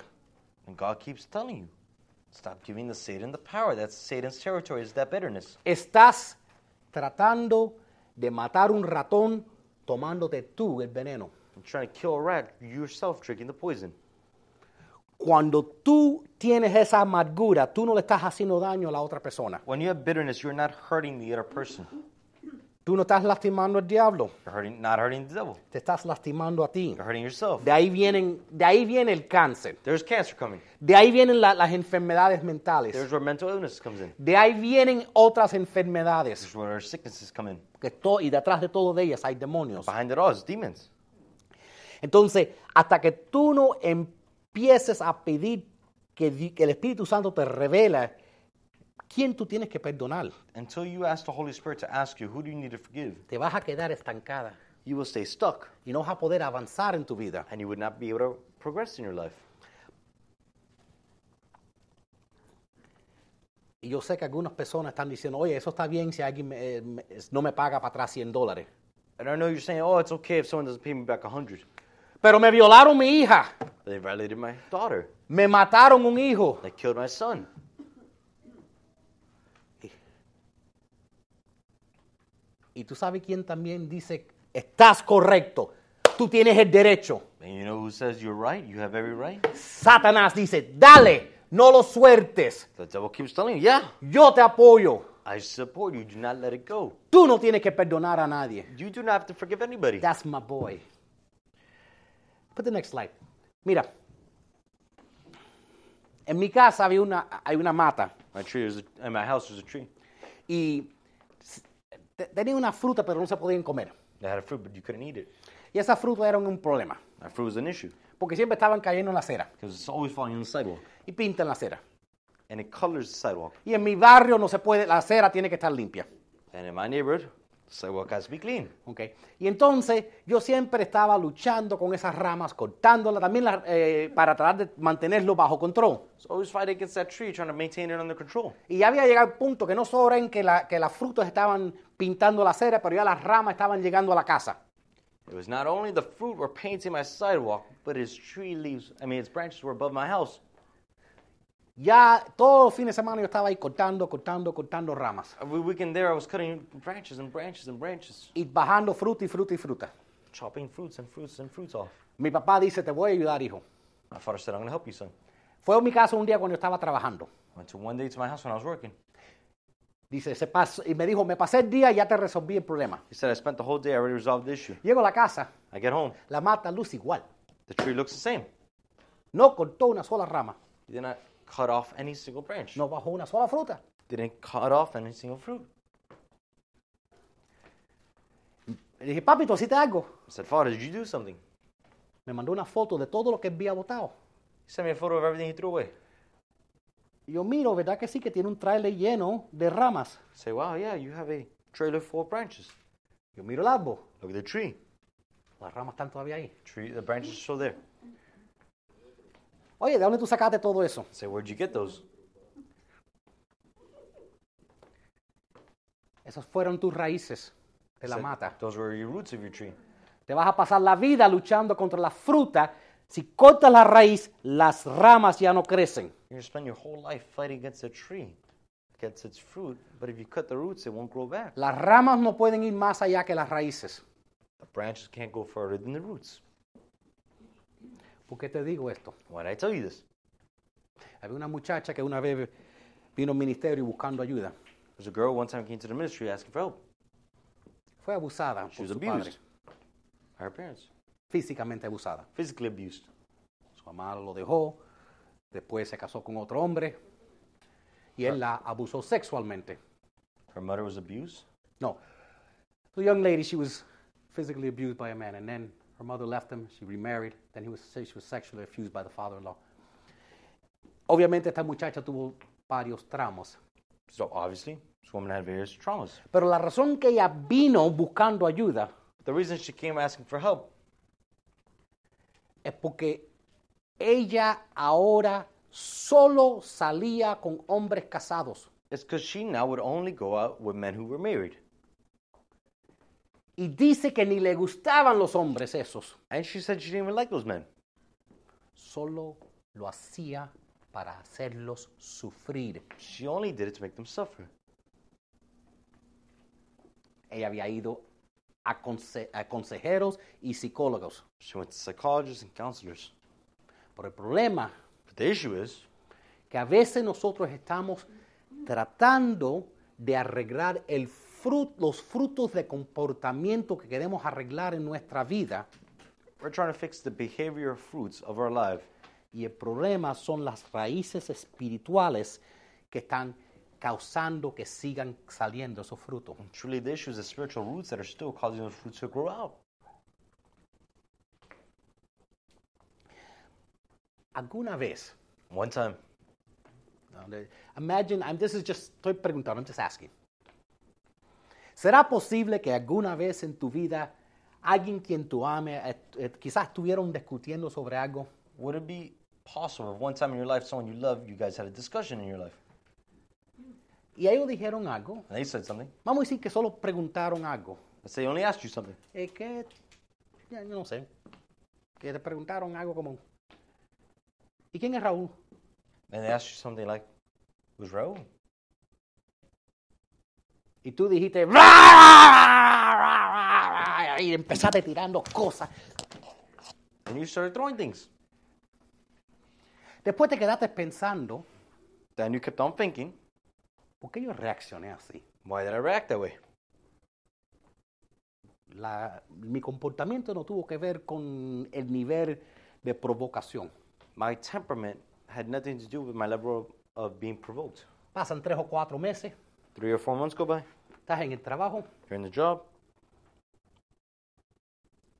Speaker 1: And God keeps telling you, stop giving the Satan the power. That's Satan's territory, is that bitterness.
Speaker 2: Estás tratando de matar un ratón tomándote tú el veneno.
Speaker 1: You're trying to kill a rat, you yourself drinking the poison.
Speaker 2: Cuando tú tienes esa amargura, tú no le estás haciendo daño a la otra persona.
Speaker 1: When you have bitterness, you're not hurting the other person.
Speaker 2: Tú no estás lastimando al diablo,
Speaker 1: You're hurting, not hurting the devil.
Speaker 2: te estás lastimando a ti.
Speaker 1: You're hurting yourself.
Speaker 2: De ahí, vienen, de ahí viene el cáncer,
Speaker 1: There's cancer coming.
Speaker 2: de ahí vienen la- las enfermedades mentales,
Speaker 1: There's where mental illness comes in.
Speaker 2: de ahí vienen otras enfermedades,
Speaker 1: There's where our sicknesses come in.
Speaker 2: que to- y detrás de todo de ellas hay demonios.
Speaker 1: Behind it all is demons.
Speaker 2: Entonces, hasta que tú no empieces a pedir que, di- que el Espíritu Santo te revela quién tú tienes que perdonar,
Speaker 1: Until you ask the Holy Spirit to ask you, who do you need to forgive?
Speaker 2: te vas a quedar estancada
Speaker 1: You will stay stuck
Speaker 2: y no vas a poder avanzar en tu vida.
Speaker 1: and you would not be able to progress in your life.
Speaker 2: Y yo sé que algunas personas están diciendo, oye, eso está bien si alguien me- eh, me- es- no me paga para atrás 100 dólares.
Speaker 1: And I know you're saying, oh, it's okay if someone doesn't pay me back a 100.
Speaker 2: Pero me violaron mi hija,
Speaker 1: They violated my daughter.
Speaker 2: me mataron un hijo.
Speaker 1: They killed my son.
Speaker 2: Y tú sabes quién también dice, estás correcto, tú tienes el derecho.
Speaker 1: And you know who says you're right? You have every right.
Speaker 2: Satanás dice, dale, no lo sueltes.
Speaker 1: The devil keeps telling you, yeah,
Speaker 2: Yo te apoyo.
Speaker 1: I support you. Do not let it go.
Speaker 2: Tú no tienes que perdonar a nadie.
Speaker 1: You do not have to forgive anybody.
Speaker 2: That's my boy. Put the next slide. Mira. En mi casa había una, hay una mata
Speaker 1: My tree is, a, in my house was a tree.
Speaker 2: y s- te- tenía una fruta pero no se podían comer.
Speaker 1: They had a fruit, but you couldn't eat it.
Speaker 2: Y esa fruta era un problema
Speaker 1: That fruit was an issue.
Speaker 2: porque siempre estaban cayendo en la acera
Speaker 1: because it's always falling on the sidewalk
Speaker 2: y pintan la acera.
Speaker 1: and it colors the sidewalk.
Speaker 2: Y en mi barrio no se puede, la acera tiene que estar limpia.
Speaker 1: And in my neighborhood, the sidewalk has to be clean.
Speaker 2: ¿ok? Y entonces yo siempre estaba luchando con esas ramas, cortándolas también las, eh, para tratar de mantenerlo bajo control.
Speaker 1: It's always fighting against that tree, trying to maintain it under control.
Speaker 2: Y ya había llegado el punto que no solo era en que, la- que las frutas estaban pintando la acera, pero ya las ramas estaban llegando a la casa.
Speaker 1: It was not only the fruit were painting my sidewalk, but its tree leaves, I mean, its branches were above my house.
Speaker 2: Ya todos los fines de semana yo estaba ahí cortando, cortando, cortando ramas.
Speaker 1: Every weekend there, I was cutting branches and branches and branches,
Speaker 2: Y bajando fruta y fruta y fruta.
Speaker 1: chopping fruits and fruits and fruits off.
Speaker 2: Mi papá dice, te voy a ayudar, hijo.
Speaker 1: My father said, I'm going to help you, son.
Speaker 2: Fue a mi casa un día cuando yo estaba trabajando.
Speaker 1: Went to one day to my house when I was working.
Speaker 2: Dice, se pasó, y me dijo, me pasé el día y ya te resolví el problema.
Speaker 1: He said, I spent the whole day, I already resolved the issue.
Speaker 2: Llego a la casa,
Speaker 1: I get home,
Speaker 2: la mata luce igual.
Speaker 1: the tree looks the same.
Speaker 2: No cortó una sola rama,
Speaker 1: He did not cut off any single branch,
Speaker 2: no bajó una sola fruta.
Speaker 1: didn't cut off any single fruit.
Speaker 2: Le dije, papi, ¿tú hiciste algo?
Speaker 1: I said, Father, did you do something? He
Speaker 2: Me mandó una foto de todo lo que había botado.
Speaker 1: sent me a photo of everything he threw away. I
Speaker 2: Y yo miro, ¿verdad que sí? Que tiene un trailer lleno de ramas.
Speaker 1: say, Wow, yeah, you have a trailer full of branches.
Speaker 2: Yo miro el árbol,
Speaker 1: Look at the tree.
Speaker 2: las ramas están todavía ahí.
Speaker 1: Tree, the branches are still there.
Speaker 2: Oye, ¿de dónde tú sacaste todo eso?
Speaker 1: I say, where'd you get those?
Speaker 2: Esas fueron tus raíces de
Speaker 1: He
Speaker 2: la
Speaker 1: said,
Speaker 2: mata.
Speaker 1: Those were your roots of your tree.
Speaker 2: Te vas a pasar la vida luchando contra la fruta. Si cortas la raíz, las ramas ya no crecen.
Speaker 1: You're gonna spend your whole life fighting against a tree, against its fruit. But if you cut the roots, it won't grow back.
Speaker 2: Las ramas no pueden ir más allá que las raíces.
Speaker 1: The branches can't go further than the roots.
Speaker 2: ¿Por qué te digo esto?
Speaker 1: Why did I tell you this?
Speaker 2: Había una muchacha que una vez vino al ministerio buscando ayuda.
Speaker 1: There's a girl one time came to the ministry asking for help.
Speaker 2: Fue abusada
Speaker 1: She
Speaker 2: por
Speaker 1: was
Speaker 2: su padre,
Speaker 1: abused. By her parents,
Speaker 2: físicamente abusada.
Speaker 1: physically abused.
Speaker 2: Su mamá lo dejó, después se casó con otro hombre y él la abusó sexualmente.
Speaker 1: Her mother was abused.
Speaker 2: No. The young lady, she was physically abused by a man, and then her mother left him. She remarried. Then he was, she was sexually abused by the father-in-law. Obviamente esta muchacha tuvo varios tramos.
Speaker 1: So obviously, this woman had various traumas.
Speaker 2: Pero la razón que ella vino buscando ayuda
Speaker 1: The reason she came asking for help
Speaker 2: es porque ella ahora solo salía con hombres casados
Speaker 1: is because she now would only go out with men who were married,
Speaker 2: y dice que ni le gustaban los hombres esos.
Speaker 1: and she said she didn't even like those men.
Speaker 2: Solo lo hacía para hacerlos sufrir.
Speaker 1: She only did it to make them suffer.
Speaker 2: Ella había ido a, conse- a consejeros y psicólogos.
Speaker 1: She went to psychologists and counselors.
Speaker 2: Pero el problema
Speaker 1: But the issue is,
Speaker 2: que a veces nosotros estamos tratando de arreglar el fru- los frutos de comportamiento que queremos arreglar en nuestra vida
Speaker 1: we're trying to fix the behavior fruits of our life,
Speaker 2: y el problema son las raíces espirituales que están causando que sigan saliendo esos frutos.
Speaker 1: and truly the issue is the spiritual roots that are still causing those fruits to grow out.
Speaker 2: Alguna vez,
Speaker 1: One time,
Speaker 2: imagine, I'm, this is just, estoy preguntando, I'm just asking. ¿Será posible que alguna vez en tu vida alguien quien tú ames, eh, eh, quizás estuvieron discutiendo sobre algo
Speaker 1: would it be possible if one time in your life, someone you love, you guys had a discussion in your life,
Speaker 2: y ellos dijeron algo?
Speaker 1: and they said something?
Speaker 2: Vamos a decir que solo preguntaron algo.
Speaker 1: Let's say they only asked you something.
Speaker 2: Eh, que, ya, yo no sé, que te preguntaron algo como, ¿y quién es Raúl?
Speaker 1: And they asked you something like, "Who's Raul?"
Speaker 2: Y tú dijiste, "Ra, ra, ra, ra", y empezaste tirando cosas.
Speaker 1: And you started throwing things.
Speaker 2: Después te quedaste pensando,
Speaker 1: Then you kept on thinking,
Speaker 2: ¿por qué yo reaccioné así?
Speaker 1: "Why did I react that way?"
Speaker 2: La- mi comportamiento no tuvo que ver con el nivel de provocación.
Speaker 1: My temperament had nothing to do with my level of, of being provoked.
Speaker 2: Pasan tres o cuatro meses,
Speaker 1: Three or four months go by.
Speaker 2: estás en el trabajo,
Speaker 1: You're in the job.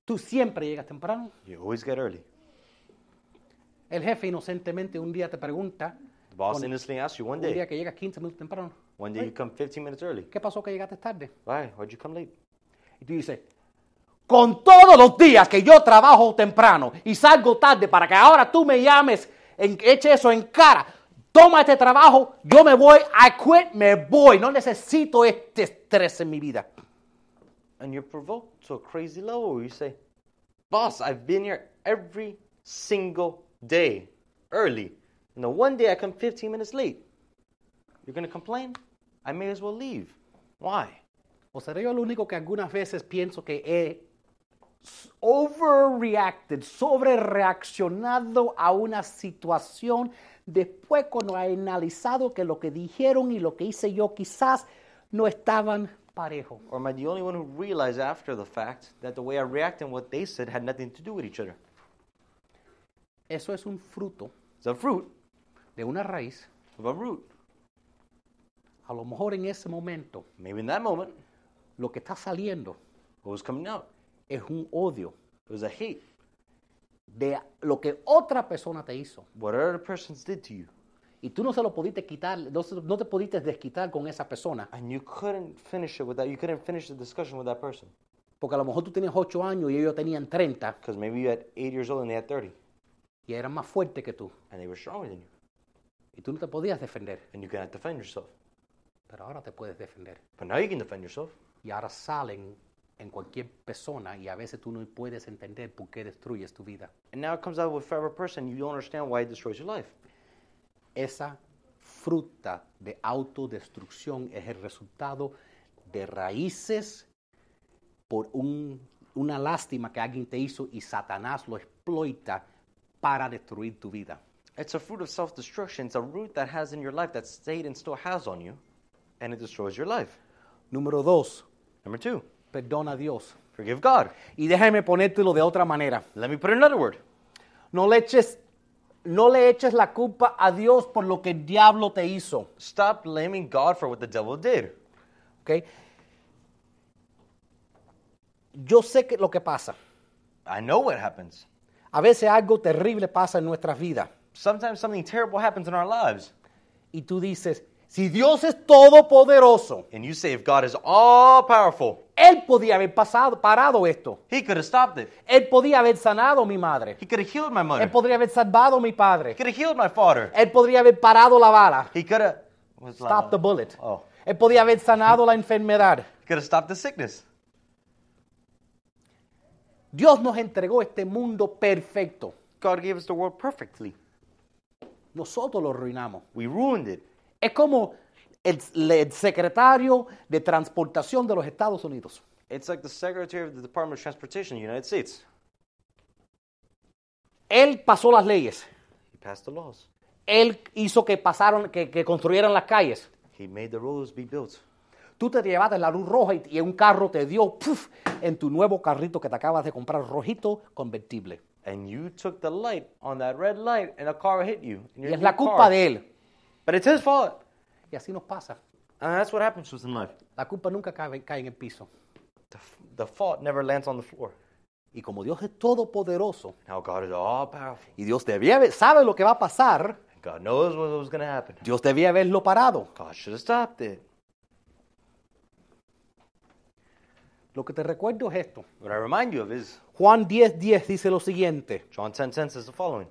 Speaker 2: tú siempre llegas temprano,
Speaker 1: You always get early.
Speaker 2: El jefe inocentemente un día te pregunta,
Speaker 1: The boss
Speaker 2: One-
Speaker 1: innocently asks you one
Speaker 2: un día
Speaker 1: day,
Speaker 2: que llegas 15 minutos temprano,
Speaker 1: one day you come 15 minutes early.
Speaker 2: ¿qué pasó que llegaste tarde?
Speaker 1: Why? Why'd you come late?
Speaker 2: Y tú dices, con todos los días que yo trabajo temprano y salgo tarde para que ahora tú me llames, en, eche eso en cara, toma este trabajo, yo me voy, I quit, me voy, no necesito este estrés en mi vida.
Speaker 1: And you're provoked to a crazy level where you say, Boss, I've been here every single day early. And the one day I come 15 minutes late. You're going to complain? I may as well leave. Why?
Speaker 2: ¿O seré yo el único que algunas veces pienso que he s- overreacted, sobrereaccionado a una situación después cuando he analizado que lo que dijeron y lo que hice yo quizás no estaban parejo?
Speaker 1: Or am I the only one who realized after the fact that the way I reacted and what they said had nothing to do with each other?
Speaker 2: Eso es un fruto
Speaker 1: It's a fruit
Speaker 2: de una raíz.
Speaker 1: of a root.
Speaker 2: A lo mejor en ese momento
Speaker 1: Maybe in that moment,
Speaker 2: lo que está saliendo
Speaker 1: what was coming out?
Speaker 2: es un odio
Speaker 1: It was a hate.
Speaker 2: de lo que otra persona te hizo.
Speaker 1: What other persons did to you.
Speaker 2: Y tú no se lo pudiste quitar, no, se- no te pudiste desquitar con esa persona.
Speaker 1: And you couldn't finish it without, you couldn't finish the discussion with that person.
Speaker 2: Porque a lo mejor tú tenías 8 años y ellos tenían 30
Speaker 1: Because maybe you had eight years old and they had 30,
Speaker 2: y eran más fuertes que tú.
Speaker 1: and they were stronger than you,
Speaker 2: Y tú no te podías defender,
Speaker 1: and you cannot defend yourself.
Speaker 2: pero ahora te puedes defender.
Speaker 1: But now you can defend yourself.
Speaker 2: Y ahora salen en cualquier persona y a veces tú no puedes entender por qué destruyes tu vida.
Speaker 1: And now it comes out with forever person, you don't understand why it destroys your life.
Speaker 2: Esa fruta de autodestrucción es el resultado de raíces por un- una lástima que alguien te hizo y Satanás lo exploita para destruir tu vida.
Speaker 1: It's a fruit of self destruction. It's a root that has in your life that Satan still has on you, and it destroys your life.
Speaker 2: Número dos,
Speaker 1: Number two,
Speaker 2: perdona a Dios.
Speaker 1: forgive God.
Speaker 2: Y déjame ponértelo de otra manera.
Speaker 1: Let me put another word.
Speaker 2: No le eches, no le eches la culpa a Dios por lo que el diablo te hizo.
Speaker 1: Stop blaming God for what the devil did.
Speaker 2: ¿ok? Yo sé que lo que pasa.
Speaker 1: I know what happens.
Speaker 2: A veces algo terrible pasa en nuestras vidas.
Speaker 1: Sometimes something terrible happens in our lives,
Speaker 2: Y tú dices, si Dios es todopoderoso,
Speaker 1: and you say, if God is all powerful,
Speaker 2: Él podía haber pasado, parado esto.
Speaker 1: He could have stopped it.
Speaker 2: Él podía haber sanado a mi madre.
Speaker 1: He could have healed my mother.
Speaker 2: Él podría haber salvado a mi
Speaker 1: He
Speaker 2: padre.
Speaker 1: could have healed my father.
Speaker 2: Él podría haber parado la bala.
Speaker 1: He could have. What's
Speaker 2: Stop the bullet.
Speaker 1: Oh.
Speaker 2: Él podía haber sanado la enfermedad.
Speaker 1: He could have stopped the sickness.
Speaker 2: Dios nos entregó este mundo perfecto.
Speaker 1: God gave us the world perfectly.
Speaker 2: Nosotros lo arruinamos.
Speaker 1: We ruined it.
Speaker 2: Es como el, el secretario de Transportación de los Estados Unidos.
Speaker 1: It's like the Secretary of the Department of Transportation in the United States.
Speaker 2: Él pasó las leyes.
Speaker 1: He passed the laws.
Speaker 2: Él hizo que pasaron, que, que construyeran las calles.
Speaker 1: He made the roads be built.
Speaker 2: Tú te llevaste la luz roja y, y un carro te dio ¡puf! en tu nuevo carrito que te acabas de comprar, rojito, convertible.
Speaker 1: And you took the light on that red light and a car hit you. And
Speaker 2: Y
Speaker 1: your
Speaker 2: es la
Speaker 1: new
Speaker 2: culpa
Speaker 1: car.
Speaker 2: de él.
Speaker 1: But it's his fault.
Speaker 2: Y así nos pasa.
Speaker 1: And that's what happens to us in life.
Speaker 2: La culpa nunca cae, cae en el piso.
Speaker 1: The, f- the fault never lands on the floor.
Speaker 2: Y como Dios es todopoderoso
Speaker 1: Now God is all powerful.
Speaker 2: y Dios debía haber- sabe lo que va a pasar,
Speaker 1: And God knows what was going to happen.
Speaker 2: Dios debía haberlo parado.
Speaker 1: God should have stopped it.
Speaker 2: Lo que te recuerdo es esto.
Speaker 1: What I remind you of is
Speaker 2: Juan 10, 10 dice lo siguiente.
Speaker 1: John 10 10 says the following.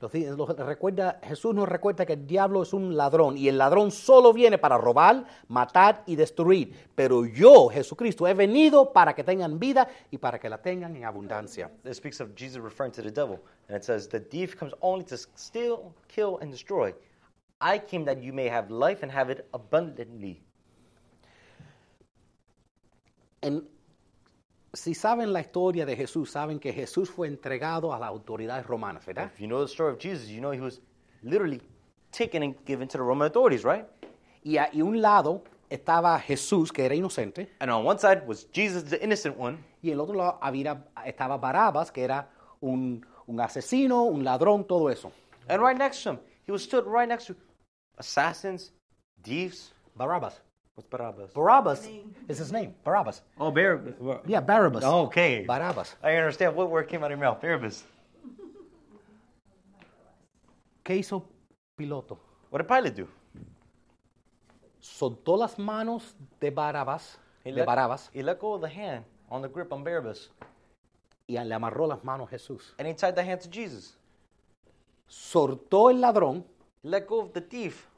Speaker 2: Los di- los recuerda, Jesús nos recuerda que el diablo es un ladrón y el ladrón solo viene para robar, matar y destruir. Pero yo, Jesucristo, he venido para que tengan vida y para que la tengan en abundancia.
Speaker 1: It speaks of Jesus referring to the devil, and it says, The thief comes only to steal, kill, and destroy. I came that you may have life and have it abundantly.
Speaker 2: En- si saben la historia de Jesús, saben que Jesús fue entregado a las autoridades romanas, ¿verdad?
Speaker 1: If you know the story of Jesus, you know he was literally taken and given to the Roman authorities, right?
Speaker 2: Y a y un lado estaba Jesús, que era inocente,
Speaker 1: And on one side was Jesus, the innocent one,
Speaker 2: y el otro lado había- estaba Barabas, que era un- un asesino, un ladrón, todo eso.
Speaker 1: and right next to him, he was stood right next to assassins, thieves.
Speaker 2: Barabas.
Speaker 1: What's Barabbas?
Speaker 2: Barabbas is his name. Barabbas.
Speaker 1: oh, Barabbas.
Speaker 2: Yeah, Barabbas.
Speaker 1: Okay.
Speaker 2: Barabbas.
Speaker 1: I understand what word came out of your mouth. Barabbas.
Speaker 2: ¿Qué hizo Piloto?
Speaker 1: What did Pilate do?
Speaker 2: Soltó las manos de Barabas,
Speaker 1: He
Speaker 2: de Barabas
Speaker 1: he let go of the hand on the grip on Barabbas,
Speaker 2: y le amarró las manos a Jesús.
Speaker 1: and he tied the hand to Jesus.
Speaker 2: Soltó el ladrón
Speaker 1: He let go of the thief,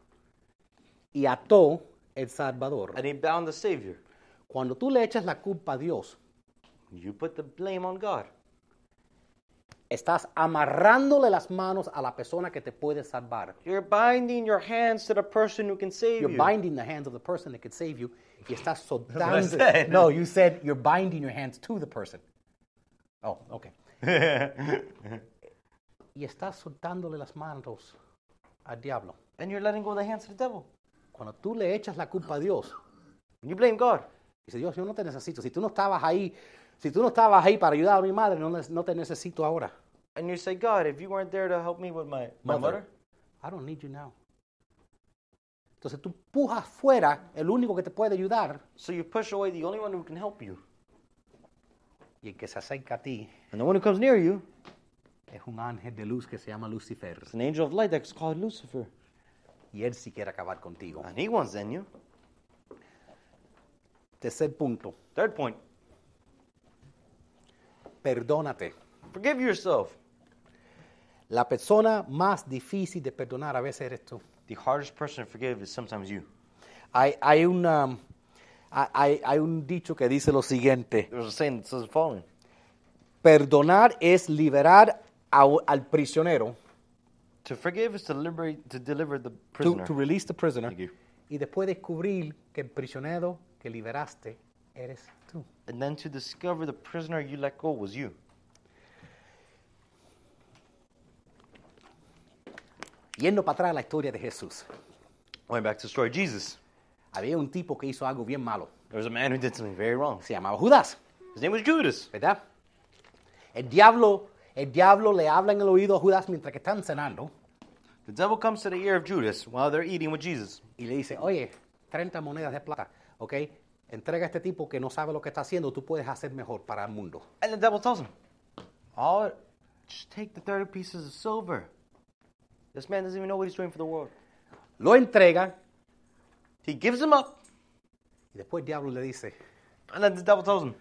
Speaker 2: y ató el Salvador.
Speaker 1: and he bound the Savior.
Speaker 2: Cuando tú le echas la culpa a Dios,
Speaker 1: You put the blame on God.
Speaker 2: estás amarrándole las manos a la persona que te puede salvar.
Speaker 1: You're binding your hands to the person who can save
Speaker 2: You're
Speaker 1: you.
Speaker 2: binding the hands of the person that could save you. Y estás
Speaker 1: what I
Speaker 2: soltando.
Speaker 1: said.
Speaker 2: No, you said you're binding your hands to the person. Oh, okay. Y estás soltándole las manos al diablo.
Speaker 1: and you're letting go of the hands to the devil.
Speaker 2: Cuando tú le echas la culpa a Dios,
Speaker 1: You blame God.
Speaker 2: dice Dios, yo no te necesito. Si tú no estabas ahí, si tú no estabas ahí para ayudar a mi madre, no, ne- no te necesito ahora.
Speaker 1: And you say, God, if you weren't there to help me with my, my mother,
Speaker 2: I don't need you now. Entonces tú pujas fuera el único que te puede ayudar
Speaker 1: so you push away the only one who can help you.
Speaker 2: y el que se acerca a ti
Speaker 1: And the one who comes near you
Speaker 2: es un ángel de luz que se llama Lucifer
Speaker 1: is an angel of light that's called Lucifer.
Speaker 2: y él sí quiere acabar contigo.
Speaker 1: And he wants in you.
Speaker 2: Tercer punto,
Speaker 1: Third point,
Speaker 2: perdónate.
Speaker 1: forgive yourself.
Speaker 2: La persona más difícil de perdonar a veces eres tú.
Speaker 1: The hardest person to forgive is sometimes you.
Speaker 2: Hay, hay una- hay- hay un dicho que dice lo siguiente,
Speaker 1: There's a saying that says the following.
Speaker 2: perdonar es liberar a- al prisionero,
Speaker 1: To forgive is to liberate, to deliver the
Speaker 2: to,
Speaker 1: prisoner.
Speaker 2: to release the prisoner,
Speaker 1: Thank you.
Speaker 2: y después descubrir que el prisionero que liberaste eres tú.
Speaker 1: and then to discover the prisoner you let go was you.
Speaker 2: Yendo para atrás a la historia de Jesús,
Speaker 1: Going back to the story of Jesus.
Speaker 2: había un tipo que hizo algo bien malo,
Speaker 1: There was a man who did something very wrong.
Speaker 2: se llamaba Judas.
Speaker 1: His name was Judas.
Speaker 2: ¿verdad? El diablo, el diablo le habla en el oído a Judas mientras que están cenando
Speaker 1: The devil comes to the ear of Judas while they're eating with Jesus.
Speaker 2: y le dice, oye, 30 monedas de plata, ¿ok? Entrega a este tipo que no sabe lo que está haciendo, tú puedes hacer mejor para el mundo.
Speaker 1: And the devil tells him, "All, just take the 30 pieces of silver. This man doesn't even know what he's doing for the world.
Speaker 2: Lo entrega
Speaker 1: He gives him up.
Speaker 2: y después el diablo le dice,
Speaker 1: And then the devil tells him,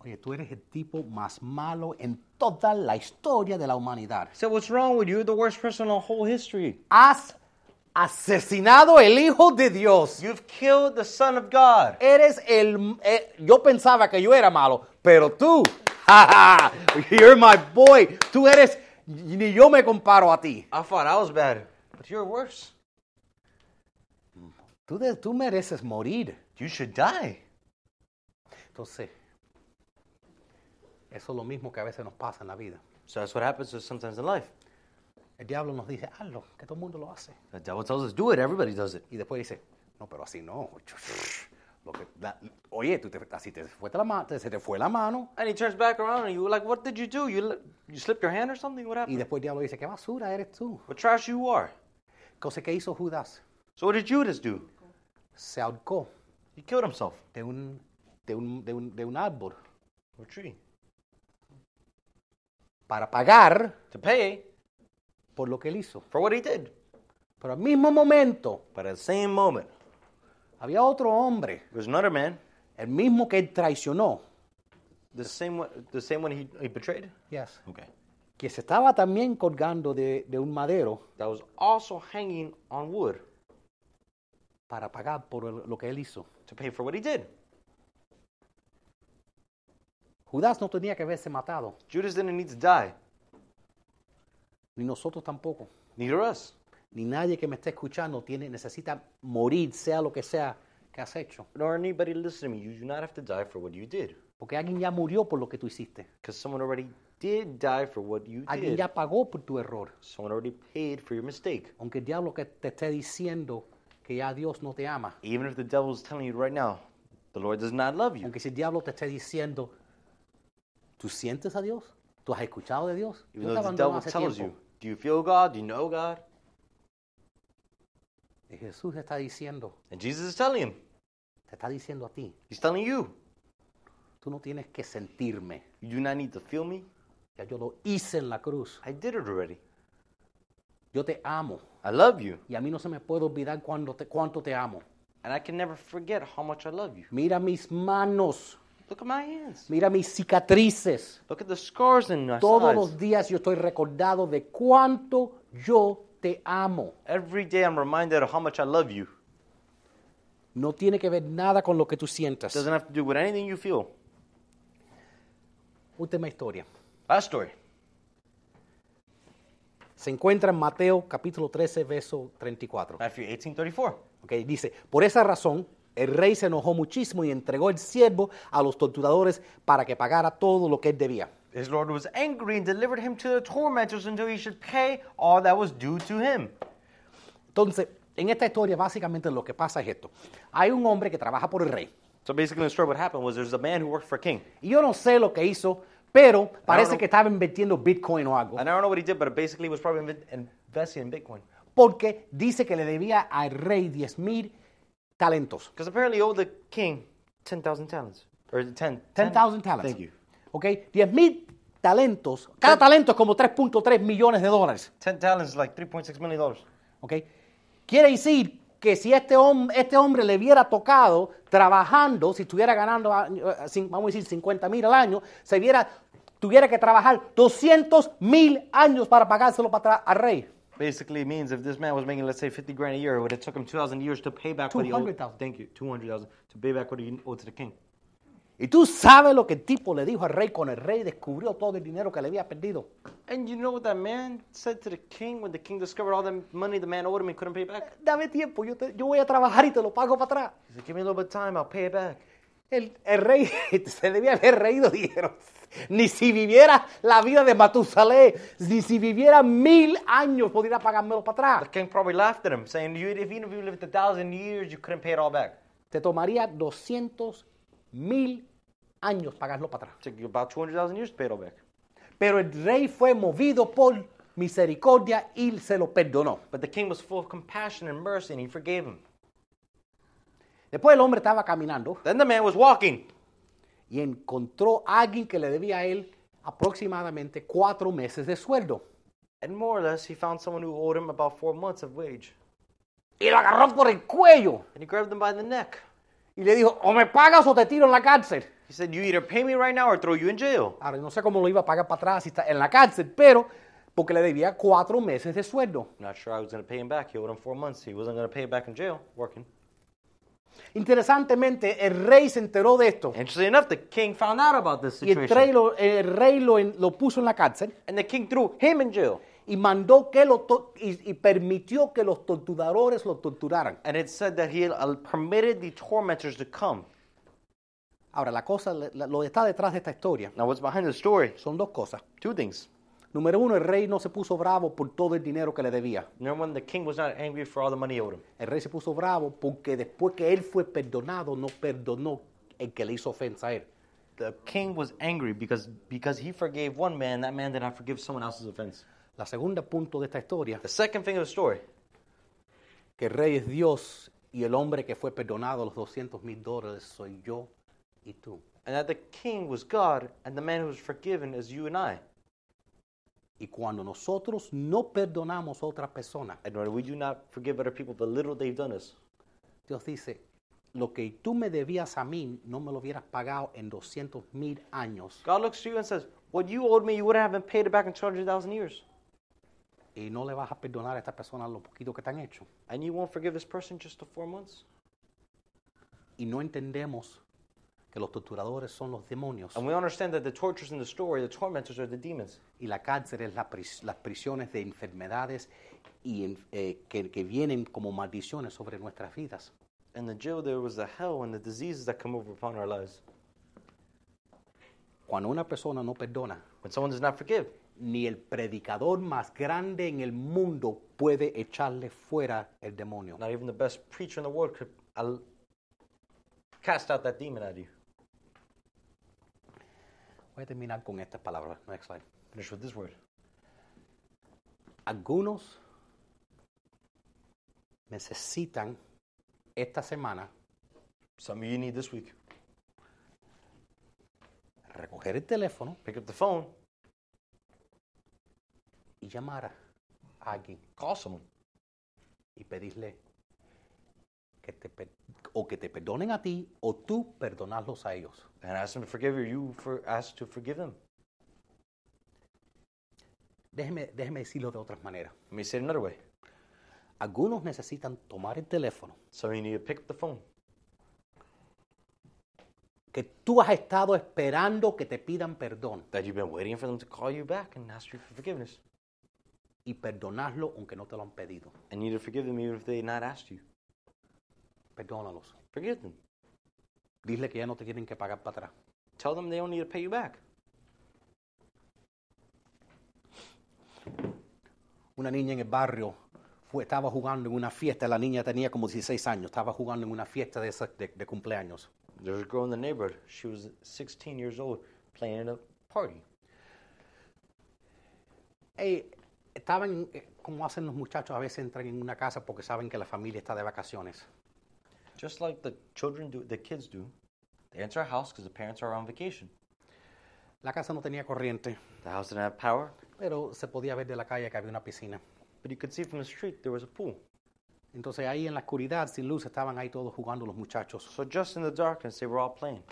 Speaker 2: oye, tú eres el tipo más malo en toda la historia de la humanidad.
Speaker 1: So what's wrong with you? You're the worst person in the whole history.
Speaker 2: Has asesinado el Hijo de Dios.
Speaker 1: You've killed the Son of God.
Speaker 2: Eres el... eh, yo pensaba que yo era malo, pero tú, jaja, you're my boy. Tú eres... Ni yo me comparo a ti.
Speaker 1: I thought I was bad, but you're worse.
Speaker 2: Tú, de- tú mereces morir.
Speaker 1: You should die.
Speaker 2: Entonces, eso es lo mismo que a veces nos pasa en la vida.
Speaker 1: So that's what happens to us sometimes in life.
Speaker 2: El diablo nos dice, hazlo, que todo el mundo lo hace.
Speaker 1: The devil tells us, do it. Everybody does it.
Speaker 2: Y después dice, no, pero así no. Lo que- la- oye, tú te- así te fue la ma- te- se te fue la mano.
Speaker 1: And he turns back around and you were like, what did you do? You, li- you slipped your hand or something? What
Speaker 2: Y
Speaker 1: happened?
Speaker 2: después el diablo dice, qué basura eres tú.
Speaker 1: What trash you are.
Speaker 2: Entonces, ¿qué hizo Judas?
Speaker 1: So what did Judas do?
Speaker 2: Se ahorcó
Speaker 1: He killed himself.
Speaker 2: de un, de un, de un, de un árbol
Speaker 1: Or tree.
Speaker 2: para pagar
Speaker 1: To pay
Speaker 2: por lo que él hizo.
Speaker 1: for what he did.
Speaker 2: Pero al mismo momento,
Speaker 1: But at the same moment,
Speaker 2: había otro hombre,
Speaker 1: there's another man,
Speaker 2: el mismo que él traicionó,
Speaker 1: the same one, the same one he, he betrayed.
Speaker 2: Yes.
Speaker 1: Okay.
Speaker 2: que se estaba también colgando de, de un madero
Speaker 1: That was also hanging on wood
Speaker 2: para pagar por el- lo que él hizo.
Speaker 1: to pay for what he did.
Speaker 2: Judas no tenía que haberse matado,
Speaker 1: Judas didn't need to die.
Speaker 2: ni nosotros tampoco,
Speaker 1: Neither us.
Speaker 2: ni nadie que me esté escuchando tiene, necesita morir, sea lo que sea que has hecho.
Speaker 1: Nor anybody listen to me. You do not have to die for what you did.
Speaker 2: Porque alguien ya murió por lo que tú hiciste.
Speaker 1: Because someone already did die for what you
Speaker 2: Alguien
Speaker 1: did.
Speaker 2: ya pagó por tu error.
Speaker 1: Someone already paid for your mistake.
Speaker 2: Aunque el diablo que te esté diciendo que ya Dios no te ama.
Speaker 1: Even if the devil is telling you right now, the Lord does not love you.
Speaker 2: Aunque si el diablo te esté diciendo, ¿tú sientes a Dios? ¿Tú has escuchado de Dios?
Speaker 1: Even
Speaker 2: Yo te
Speaker 1: though the
Speaker 2: abandono
Speaker 1: devil
Speaker 2: hace
Speaker 1: tells you,
Speaker 2: tiempo.
Speaker 1: do you feel God? Do you know God?
Speaker 2: Y Jesús te está diciendo,
Speaker 1: And Jesus is telling him.
Speaker 2: te está diciendo a ti,
Speaker 1: He's telling you,
Speaker 2: Tú no tienes que sentirme.
Speaker 1: you do not need to feel me.
Speaker 2: Ya yo lo hice en la cruz.
Speaker 1: I did it already.
Speaker 2: Yo te amo
Speaker 1: I love you.
Speaker 2: y a mí no se me puede olvidar cuando te- cuánto te amo.
Speaker 1: And I can never forget how much I love you.
Speaker 2: Mira mis manos,
Speaker 1: Look at my hands.
Speaker 2: mira mis cicatrices.
Speaker 1: Look at the scars in my
Speaker 2: Todos
Speaker 1: sides.
Speaker 2: los días yo estoy recordado de cuánto yo te amo.
Speaker 1: Every day I'm reminded of how much I love you.
Speaker 2: No tiene que ver nada con lo que tú sientas.
Speaker 1: Doesn't have to do with anything you feel.
Speaker 2: Última historia.
Speaker 1: Last story.
Speaker 2: Se encuentra en Mateo capítulo 13, verso 34.
Speaker 1: Matthew 18:34.
Speaker 2: Ok, Dice, por esa razón el rey se enojó muchísimo y entregó el siervo a los torturadores para que pagara todo lo que él debía.
Speaker 1: His lord was angry and delivered him to the tormentors until he should pay all that was due to him.
Speaker 2: Entonces, en esta historia básicamente lo que pasa es esto. Hay un hombre que trabaja por el rey.
Speaker 1: So basically, in the story, what happened was there's a man who worked for a king.
Speaker 2: Y yo no sé lo que hizo, pero parece
Speaker 1: know.
Speaker 2: que estaba invirtiendo Bitcoin o algo.
Speaker 1: And I don't know what he did, but basically, he was probably inve- investing in Bitcoin.
Speaker 2: Porque dice que le debía al rey 10 mil talentos.
Speaker 1: Because apparently, he owed the king 10,000 talents. Or 10.
Speaker 2: 10,000 talents.
Speaker 1: Thank you.
Speaker 2: Ok, 10 mil talentos. Cada talento es como 3.3 millones de dólares.
Speaker 1: 10 talents is like $3.6 million. dollars.
Speaker 2: ¿ok? Quiere decir que si este, hom- este hombre le hubiera tocado trabajando, si estuviera ganando, a- a- cin- vamos a decir, 50 mil al año, se viera, tuviera que trabajar 200 mil años para pagárselo para atrás al rey.
Speaker 1: Basically, it means if this man was making, let's say, 50 grand a year, it would have took him 2,000 years to pay back what he owed.
Speaker 2: 200,000.
Speaker 1: Thank you. 200,000 to pay back what he owed to the king.
Speaker 2: Y tú sabes lo que el tipo le dijo al rey cuando el rey descubrió todo el dinero que le había perdido.
Speaker 1: And you know what that man said to the king when the king discovered all the money the man owed him and couldn't pay back?
Speaker 2: Dame tiempo, yo, te- yo voy a trabajar y te lo pago para atrás.
Speaker 1: He said, Give me a little bit of time, I'll pay it back.
Speaker 2: El, el rey se debía haber reído, dijeron. Ni si viviera la vida de Matusalé, ni si viviera mil años, podría pagármelo para atrás.
Speaker 1: The king probably laughed at him, saying, you, if, Even if you lived a thousand years, you couldn't pay it all back.
Speaker 2: te tomaría 200 mil años pagarlo para atrás.
Speaker 1: It took you about 200,000 years to pay it all back.
Speaker 2: Pero el rey fue movido por misericordia y se lo perdonó.
Speaker 1: But the king was full of compassion and mercy, and he forgave him.
Speaker 2: Después el hombre estaba caminando
Speaker 1: Then the man was walking,
Speaker 2: y encontró a alguien que le debía a él aproximadamente cuatro meses de sueldo.
Speaker 1: and more or less, he found someone who owed him about four months of wage.
Speaker 2: Y lo agarró por el cuello
Speaker 1: And he grabbed him by the neck.
Speaker 2: y le dijo, o me pagas o te tiro en la cárcel.
Speaker 1: He said, You either pay me right now or throw you in jail.
Speaker 2: Ahora, no sé cómo lo iba a pagar para atrás si está en la cárcel, pero porque le debía cuatro meses de sueldo.
Speaker 1: I'm not sure I was going to pay him back. He owed him four months. He wasn't going to pay it back in jail, working.
Speaker 2: Interesantemente, el rey se enteró de esto.
Speaker 1: Interestingly enough, the king found out about this
Speaker 2: Y el rey,
Speaker 1: situation.
Speaker 2: lo, el rey lo en- lo puso en la cárcel
Speaker 1: And the king threw him in jail.
Speaker 2: y mandó que lo to- y, y permitió que los torturadores lo torturaran.
Speaker 1: And it said that he uh, permitted the tormentors to come.
Speaker 2: Ahora, la cosa, la- la- lo que está detrás de esta historia
Speaker 1: Now, what's behind the story?
Speaker 2: son dos cosas.
Speaker 1: Two things.
Speaker 2: Número uno, el rey no se puso bravo por todo el dinero que le debía.
Speaker 1: Number one, the king was not angry for all the money he owed him.
Speaker 2: El rey se puso bravo porque después que él fue perdonado, no perdonó el que le hizo ofensa a él.
Speaker 1: The king was angry because because he forgave one man, that man did not forgive someone else's offense.
Speaker 2: La segunda punto de esta historia,
Speaker 1: The second thing of the story
Speaker 2: que el rey es Dios y el hombre que fue perdonado los 200 mil dólares soy yo y tú.
Speaker 1: and that the king was God, and the man who was forgiven is you and I.
Speaker 2: Y cuando nosotros no perdonamos a otra persona,
Speaker 1: And when we do not forgive other people the little they've done us,
Speaker 2: Dios dice, lo que tú me debías a mí no me lo hubieras pagado en 200 mil años
Speaker 1: God looks to you and says, "What you owed me, you wouldn't have been paid it back in two hundred thousand years,
Speaker 2: y no le vas a perdonar a estas personas lo poquito que te han hecho.
Speaker 1: and you won't forgive this person just the four months."
Speaker 2: Y no entendemos que los torturadores son los demonios
Speaker 1: And we understand that the torturers in the story, the tormentors, are the demons,
Speaker 2: y la cárcel es la pris- las prisiones de enfermedades y en- eh, que, que vienen como maldiciones sobre nuestras vidas.
Speaker 1: and the jail there was the hell and the diseases that come over upon our lives.
Speaker 2: Cuando una persona no perdona,
Speaker 1: When someone does not forgive,
Speaker 2: ni el predicador más grande en el mundo puede echarle fuera el demonio.
Speaker 1: not even the best preacher in the world could al- cast out that demon out of you.
Speaker 2: Voy a terminar con estas palabras. Next slide.
Speaker 1: Finish with this word.
Speaker 2: Algunos necesitan esta semana
Speaker 1: Some of you need this week.
Speaker 2: recoger el teléfono
Speaker 1: Pick up the phone
Speaker 2: y llamar a a alguien
Speaker 1: Call someone.
Speaker 2: y pedirle que te, per- o que te perdonen a ti o tú perdonarlos a ellos.
Speaker 1: and ask them to forgive you. You for, ask to forgive them.
Speaker 2: Déjeme, déjeme decirlo de otras maneras.
Speaker 1: Let me say it another way.
Speaker 2: Algunos necesitan tomar el teléfono
Speaker 1: So you need to pick up the phone.
Speaker 2: que tú has estado esperando que te pidan perdón
Speaker 1: That you've been waiting for them to call you back and ask you for forgiveness.
Speaker 2: y perdonarlo aunque no te lo han pedido.
Speaker 1: And you need to forgive them even if they not asked you.
Speaker 2: Perdónalos.
Speaker 1: Forgive them.
Speaker 2: Dile que ya no te tienen que pagar para atrás.
Speaker 1: Tell them they don't need to pay you back.
Speaker 2: Una niña en el barrio fue, estaba jugando en una fiesta, la niña tenía como 16 años, estaba jugando en una fiesta de, esas de- de cumpleaños.
Speaker 1: There's a girl in the neighborhood. She was 16 years old playing at a party.
Speaker 2: Eh, estaban, eh, como hacen los muchachos, a veces entran en una casa porque saben que la familia está de vacaciones.
Speaker 1: Just like the children do, the kids do. They enter a house because the parents are on vacation.
Speaker 2: La casa no tenía corriente,
Speaker 1: The house didn't have power,
Speaker 2: pero se podía ver de la calle que había una piscina.
Speaker 1: but you could see from the street there was a pool.
Speaker 2: Entonces ahí en la oscuridad, sin luz, estaban ahí todos jugando los muchachos.
Speaker 1: So just in the darkness, they were all playing.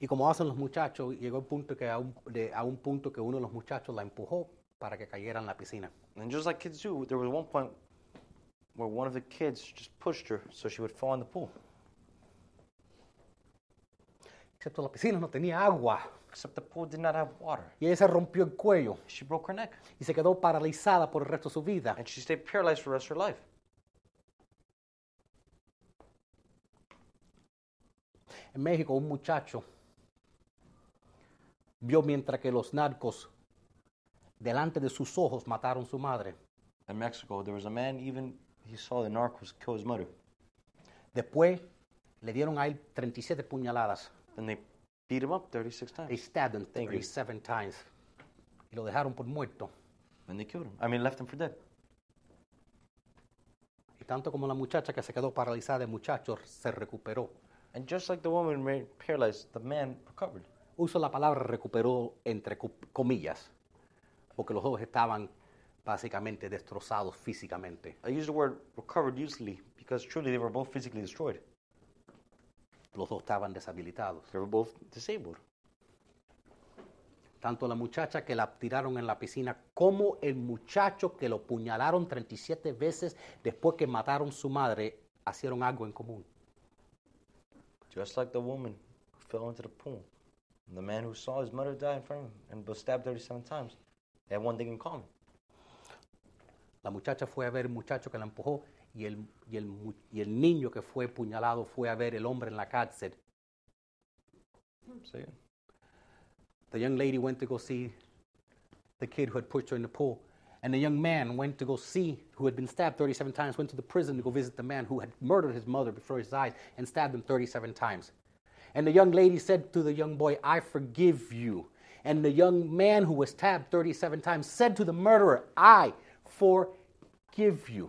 Speaker 2: Y como hacen los muchachos, llegó el punto que a un, de- a un punto que uno de los muchachos la empujó para que cayera en la piscina.
Speaker 1: And just like kids do, there was one point where one of the kids just pushed her so she would fall in the pool.
Speaker 2: Excepto la piscina no tenía agua.
Speaker 1: Except the pool did not have water.
Speaker 2: Y ella se rompió el cuello
Speaker 1: She broke her neck,
Speaker 2: y se quedó paralizada por el resto de su vida.
Speaker 1: and she stayed paralyzed for the rest of her life.
Speaker 2: En México, un muchacho vio mientras que los narcos delante de sus ojos mataron a su madre.
Speaker 1: In Mexico, there was a man, even he saw the narcos kill his mother.
Speaker 2: Después le dieron a él 37 puñaladas.
Speaker 1: Then they beat him up 36 times.
Speaker 2: They stabbed him
Speaker 1: Thank you.
Speaker 2: 37 times. Y lo dejaron por muerto.
Speaker 1: And they killed him. I mean, left him for dead.
Speaker 2: Y tanto como la muchacha que se quedó paralizada, el muchacho se recuperó.
Speaker 1: And just like the woman made paralyzed, the man recovered.
Speaker 2: Uso la palabra recuperó entre cu- comillas, porque los dos estaban básicamente destrozados físicamente.
Speaker 1: I use the word recovered usually because truly they were both physically destroyed.
Speaker 2: Los dos estaban deshabilitados.
Speaker 1: They were both disabled.
Speaker 2: Tanto la muchacha que la tiraron en la piscina como el muchacho que lo puñalaron 37 veces después que mataron su madre, hicieron algo en común.
Speaker 1: Just like the woman who fell into the pool. And the man who saw his mother die in front of him and was stabbed 37 times. They had one thing in common.
Speaker 2: La muchacha fue a ver el muchacho que la empujó y el, y el mu- y el niño que fue puñalado fue a ver el hombre en la cárcel.
Speaker 1: So yeah.
Speaker 2: The young lady went to go see the kid who had pushed her in the pool. And the young man went to go see, who had been stabbed 37 times, went to the prison to go visit the man who had murdered his mother before his eyes and stabbed him 37 times. And the young lady said to the young boy, I forgive you. And the young man who was stabbed 37 times said to the murderer, I forgive you.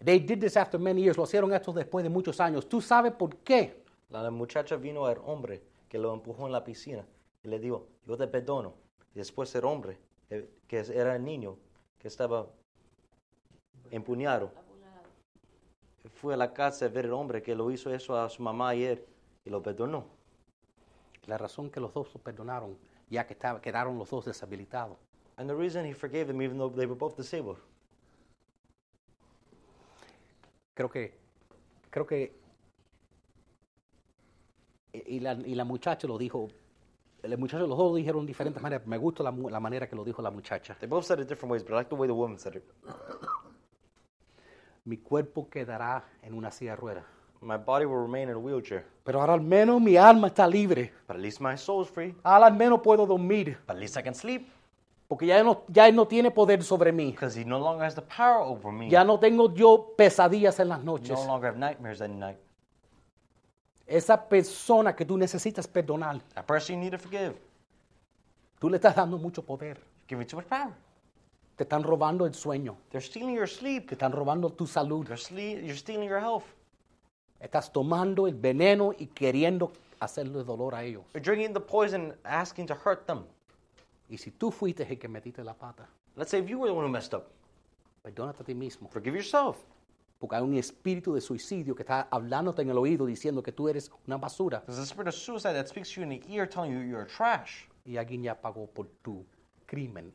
Speaker 2: They did this after many years. Lo hicieron esto después de muchos años. ¿Tú sabes por qué?
Speaker 1: La muchacha vino al hombre que lo empujó en la piscina y le dijo, yo te perdono. Y después el hombre, eh, que es- era el niño, que estaba empuñado, fue a la casa a ver el hombre que lo hizo eso a su mamá ayer y lo perdonó.
Speaker 2: La razón que los dos lo perdonaron, ya que estaba- quedaron los dos deshabilitados.
Speaker 1: And the reason he forgave them even though they were both disabled.
Speaker 2: creo que, creo que, eh, y y la, y la muchacha lo dijo, el muchacho, los dos lo dijeron de diferentes maneras, me gusta la, mu- la manera que lo dijo la muchacha.
Speaker 1: They both said it different ways, but I like the way the woman said it.
Speaker 2: Mi cuerpo quedará en una silla de ruedas,
Speaker 1: My body will remain in a wheelchair,
Speaker 2: pero ahora al menos mi alma está libre,
Speaker 1: but at least my soul's free.
Speaker 2: ahora al menos puedo dormir,
Speaker 1: But at least I can sleep
Speaker 2: porque ya no, ya él no tiene poder sobre mí,
Speaker 1: because he no longer has the power over me.
Speaker 2: ya no tengo yo pesadillas en las noches.
Speaker 1: No longer have nightmares at night.
Speaker 2: Esa persona que tú necesitas perdonar,
Speaker 1: That person you need to forgive.
Speaker 2: tú le estás dando mucho poder,
Speaker 1: giving too much power.
Speaker 2: te están robando el sueño,
Speaker 1: They're stealing your sleep.
Speaker 2: te están robando tu salud.
Speaker 1: They're sle- you're stealing your health.
Speaker 2: Estás tomando el veneno y queriendo hacerle dolor a ellos.
Speaker 1: You're drinking the poison, asking to hurt them.
Speaker 2: Y si tú fuiste el que metiste la pata,
Speaker 1: Let's say if you were the one who messed up,
Speaker 2: Perdónate a ti mismo,
Speaker 1: forgive yourself.
Speaker 2: porque hay un espíritu de suicidio que está hablándote en el oído diciendo que tú eres una basura
Speaker 1: There's a spirit of suicide that speaks to you in the ear, telling you you're trash.
Speaker 2: y alguien ya pagó por tu crimen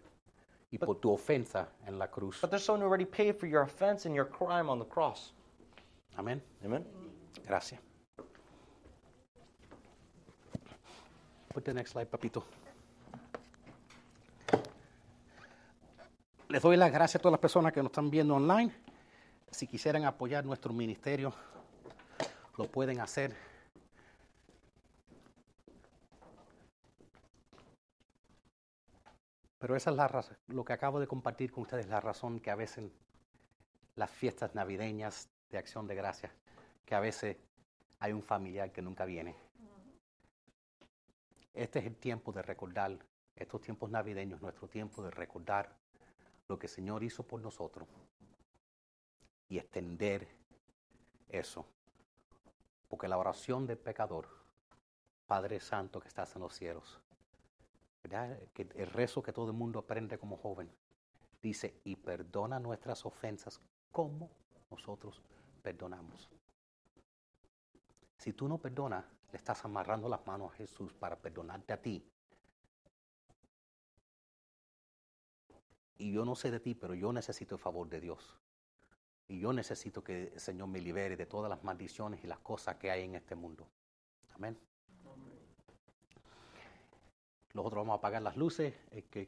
Speaker 2: y por tu ofensa en la cruz.
Speaker 1: But there's someone who already paid for your offense and your crime on the cross.
Speaker 2: Amén.
Speaker 1: Amen.
Speaker 2: Gracias. Put the next slide, papito. Les doy las gracias a todas las personas que nos están viendo online. Si quisieran apoyar nuestro ministerio, lo pueden hacer. Pero esa es la razón, lo que acabo de compartir con ustedes, la razón que a veces las fiestas navideñas de acción de gracias, que a veces hay un familiar que nunca viene. Este es el tiempo de recordar, estos tiempos navideños, nuestro tiempo de recordar lo que el Señor hizo por nosotros y extender eso. Porque la oración del pecador, Padre Santo que estás en los cielos, ¿verdad? Que el rezo que todo el mundo aprende como joven, dice, y perdona nuestras ofensas como nosotros perdonamos. Si tú no perdonas, le estás amarrando las manos a Jesús para perdonarte a ti. Y yo no sé de ti, pero yo necesito el favor de Dios. Y yo necesito que el Señor me libere de todas las maldiciones y las cosas que hay en este mundo. Amén. Nosotros vamos a apagar las luces. El que